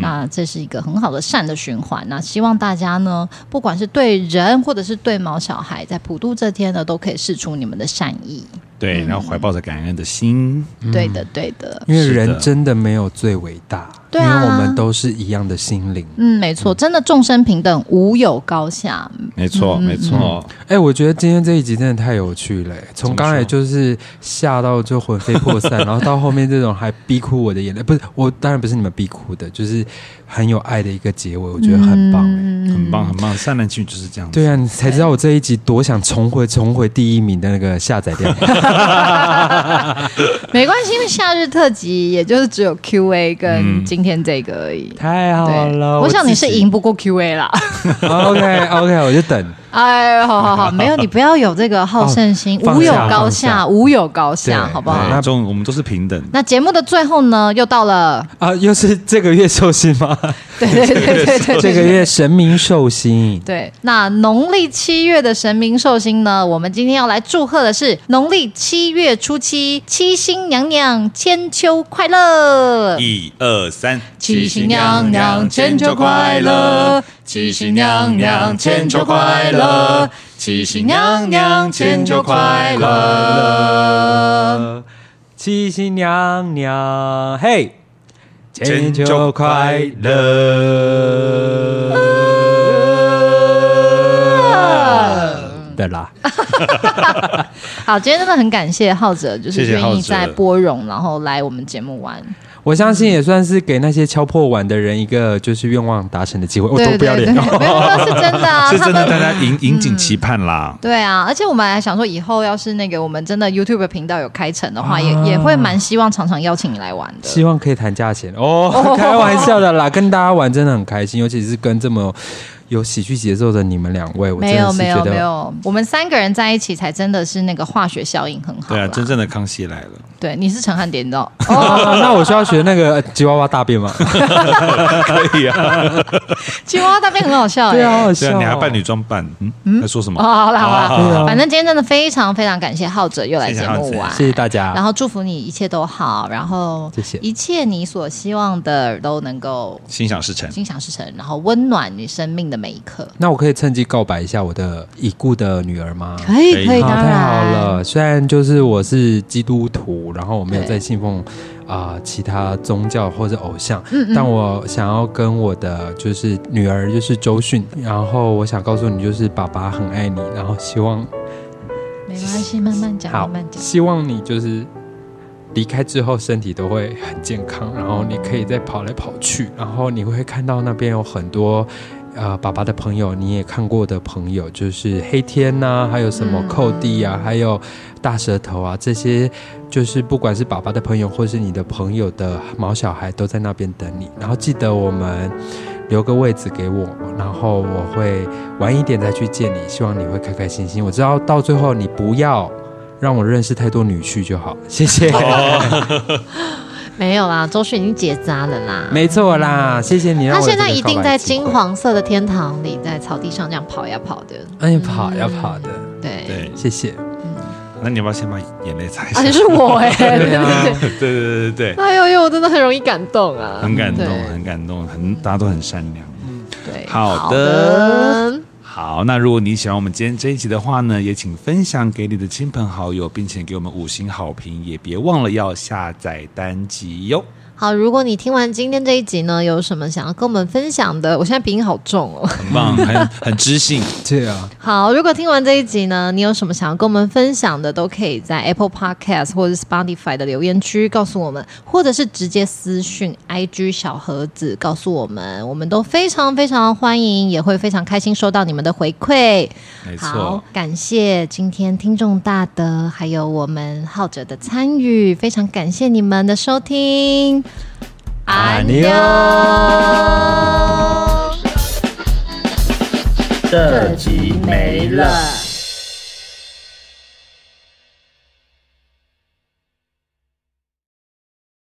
[SPEAKER 2] 那这是一个很好的善的循环。那希望大家呢，不管是对人或者是对毛小孩，在普渡这天呢，都可以试出你们的善意。
[SPEAKER 3] 对，
[SPEAKER 4] 嗯
[SPEAKER 3] 然后怀抱着感恩的心，
[SPEAKER 2] 对的，对的。
[SPEAKER 4] 因为
[SPEAKER 3] 是的
[SPEAKER 4] 人真的没有最伟大，
[SPEAKER 2] 对啊
[SPEAKER 4] 因为我们都是一样的心灵。
[SPEAKER 2] 嗯，没错，真的众生平等，无有高下。
[SPEAKER 3] 没错，没错，
[SPEAKER 4] 哎、我觉得今天这一集真的太有趣了、欸从刚才就是吓到就魂飞魄散，然后到后面这种还逼哭我的眼泪，不是我，当然不是你们逼哭的，就是很有爱的一个结尾，我觉得很棒、哎
[SPEAKER 2] 嗯
[SPEAKER 3] 很棒，很棒，善男信女就是这样子。
[SPEAKER 4] 对啊，你才知道我这一集多想重回重回第一名的那个下载
[SPEAKER 2] *laughs*
[SPEAKER 4] 量。
[SPEAKER 2] 没关系，因为夏日特辑也就是只有 Q&A 跟今天这个而已。
[SPEAKER 4] 太好
[SPEAKER 2] 对，
[SPEAKER 4] 了，
[SPEAKER 2] 嗯我想你是
[SPEAKER 4] 自己 *laughs*
[SPEAKER 2] 赢。不过 Q&A 啦。
[SPEAKER 4] OK OK，我就等。
[SPEAKER 2] 哎，好好好，没有你不要有这个好胜心，
[SPEAKER 4] 哦
[SPEAKER 2] 无有
[SPEAKER 4] 放下
[SPEAKER 2] 高
[SPEAKER 4] 放
[SPEAKER 2] 下，
[SPEAKER 4] 下
[SPEAKER 2] 无有高下，
[SPEAKER 4] 对
[SPEAKER 2] 好不
[SPEAKER 3] 对，
[SPEAKER 2] 好？
[SPEAKER 3] 那种我们都是平等的。
[SPEAKER 2] 那节目的最后呢，又到了，
[SPEAKER 4] 啊，又是这个月寿星吗？
[SPEAKER 2] 对对对对对 *laughs* 对，
[SPEAKER 4] 这个月神明寿星，
[SPEAKER 2] 对，那农历七月的神明寿星呢？我们今天要来祝贺的是农历七月初七，七星娘娘千秋快乐！
[SPEAKER 3] 一二三，
[SPEAKER 2] 七星娘娘千秋快乐，七星娘娘千秋快乐，七星娘娘千秋快乐。
[SPEAKER 4] 七星娘娘，嘿，
[SPEAKER 3] 千秋快乐。
[SPEAKER 4] *laughs* 的啦，
[SPEAKER 2] 好，今天真的很感谢浩哲，就
[SPEAKER 3] 谢
[SPEAKER 2] 是
[SPEAKER 3] 谢浩
[SPEAKER 2] 愿意
[SPEAKER 3] 哲
[SPEAKER 2] 在播容，然后来我们节目玩。
[SPEAKER 4] 我相信也算是给那些敲破碗的人一个就是愿望达成的机会。我都不要
[SPEAKER 2] 对对对，
[SPEAKER 4] 脸哦
[SPEAKER 2] 没，有没有是真的
[SPEAKER 3] *laughs*
[SPEAKER 2] 啊，
[SPEAKER 3] 是真
[SPEAKER 2] 他
[SPEAKER 3] 的，大
[SPEAKER 2] 们
[SPEAKER 3] 家引引颈期盼啦。
[SPEAKER 2] 对啊，而且我们还想说，以后要是那个我们真的 YouTube 频道有开成的话，
[SPEAKER 4] 啊
[SPEAKER 2] 也也会蛮希望常常邀请你来玩的。
[SPEAKER 4] 希望可以谈价钱
[SPEAKER 2] *laughs*
[SPEAKER 4] 哦。 *laughs* 开玩笑的啦，跟大家玩真的很开心，尤其是跟这么有喜剧节奏的你们两位，我真
[SPEAKER 2] 没
[SPEAKER 4] 的
[SPEAKER 2] 有
[SPEAKER 4] 是
[SPEAKER 2] 没
[SPEAKER 4] 觉
[SPEAKER 2] 有没
[SPEAKER 4] *laughs* 得
[SPEAKER 2] 有，我们三个人在一起才真的是那个化学效应很好
[SPEAKER 3] 对
[SPEAKER 2] 啦。
[SPEAKER 3] 啊，真正的康熙来了。
[SPEAKER 2] 对你是陈汉典，你知哦道？
[SPEAKER 4] 啊那我需要学那个吉娃娃大便吗？ *laughs*
[SPEAKER 3] 可以啊，
[SPEAKER 2] *laughs* 青蛙大便很好笑、欸。
[SPEAKER 4] 对啊，好
[SPEAKER 3] *laughs* 对
[SPEAKER 4] 笑
[SPEAKER 3] 啊，
[SPEAKER 4] 哦。
[SPEAKER 3] 你还扮女装扮，嗯，在说什
[SPEAKER 2] 哦，
[SPEAKER 3] 么？
[SPEAKER 2] 好啦好啦，
[SPEAKER 4] 对啊
[SPEAKER 2] 反正今天真的非常非常感谢浩哲又来节目玩，
[SPEAKER 4] 谢谢大家。
[SPEAKER 2] 然后祝福你一切都好，然后
[SPEAKER 4] 谢谢
[SPEAKER 2] 一切你所希望的都能够
[SPEAKER 3] 心想事成。
[SPEAKER 2] 心想事成，然后温暖你生命的每一刻。
[SPEAKER 4] 那我可以趁机告白一下我的已故的女儿吗？
[SPEAKER 2] 可以
[SPEAKER 3] 以
[SPEAKER 2] 可以，
[SPEAKER 3] 对
[SPEAKER 4] 好，
[SPEAKER 2] 当
[SPEAKER 4] 太好
[SPEAKER 2] 然。
[SPEAKER 4] 了。虽然就是我是基督徒，然后我没有
[SPEAKER 2] 对嗯
[SPEAKER 4] 在信奉啊、其他宗教或者偶像，但我想要跟我的就是女儿就是周迅，然后我想告诉你，就是爸爸很爱你，然后希望
[SPEAKER 2] 没关系，慢慢讲，
[SPEAKER 4] 好
[SPEAKER 2] 慢慢，讲。
[SPEAKER 4] 希望你就是离开之后身体都会很健康，然后你可以再跑来跑去，然后你会看到那边有很多。呃，爸爸的朋友，你也看过的朋友，就是黑天呐、还有什
[SPEAKER 2] 嗯
[SPEAKER 4] 么寇弟啊，还有大舌头啊，这些就是不管是爸爸的朋友，或是你的朋友的毛小孩，都在那边等你。然后记得我们留个位置给我，然后我会晚一点再去见你，希望你会开开心心。我知道到最后你不要让我认识太多女婿就好，谢谢。
[SPEAKER 5] 没有啦，周迅已经结扎了啦。
[SPEAKER 4] *laughs* 没错啦，谢谢你让
[SPEAKER 5] 他
[SPEAKER 4] 我有
[SPEAKER 5] 现在
[SPEAKER 4] 这个
[SPEAKER 5] 一定
[SPEAKER 4] 告
[SPEAKER 5] 在
[SPEAKER 4] 白机
[SPEAKER 5] 金
[SPEAKER 4] 会。
[SPEAKER 5] 黄色的天堂里，在草地上这样跑呀跑的。
[SPEAKER 4] 哎，跑要跑的，
[SPEAKER 5] 对，
[SPEAKER 3] 对，
[SPEAKER 4] 谢谢。
[SPEAKER 3] 那你要不要先把眼泪擦一下
[SPEAKER 2] 啊
[SPEAKER 5] 而？且是我哎、
[SPEAKER 4] *laughs* 对啊，
[SPEAKER 3] *laughs* 对对对对对，
[SPEAKER 5] 哎呦呦，我真的很容易感动啊。
[SPEAKER 3] 很感动，
[SPEAKER 5] 对
[SPEAKER 3] 很感动，很大家都很善良。
[SPEAKER 5] 对，
[SPEAKER 3] 好的。
[SPEAKER 5] 的，
[SPEAKER 3] 好，那如果你喜欢我们今天这一集的话呢，也请分享给你的亲朋好友，并且给我们五星好评，也别忘了要下载单集哟。
[SPEAKER 5] 好。如果你听完今天这一集呢，有什么想要跟我们分享的？我现在鼻音好重哦。
[SPEAKER 3] 很棒，很很知性，
[SPEAKER 4] 对啊，
[SPEAKER 5] 好，如果听完这一集呢，你有什么想要跟我们分享的，都可以在 Apple Podcast 或者是 Spotify 的留言区告诉我们，或者是直接私讯 IG 小盒子告诉我们，我们都非常非常欢迎，也会非常开心收到你们的回馈。
[SPEAKER 3] 没错
[SPEAKER 5] 好。，感谢今天听众大德还有我们浩哲的参与，非常感谢你们的收听，
[SPEAKER 4] 安妞
[SPEAKER 5] 安妞
[SPEAKER 6] 这集没了。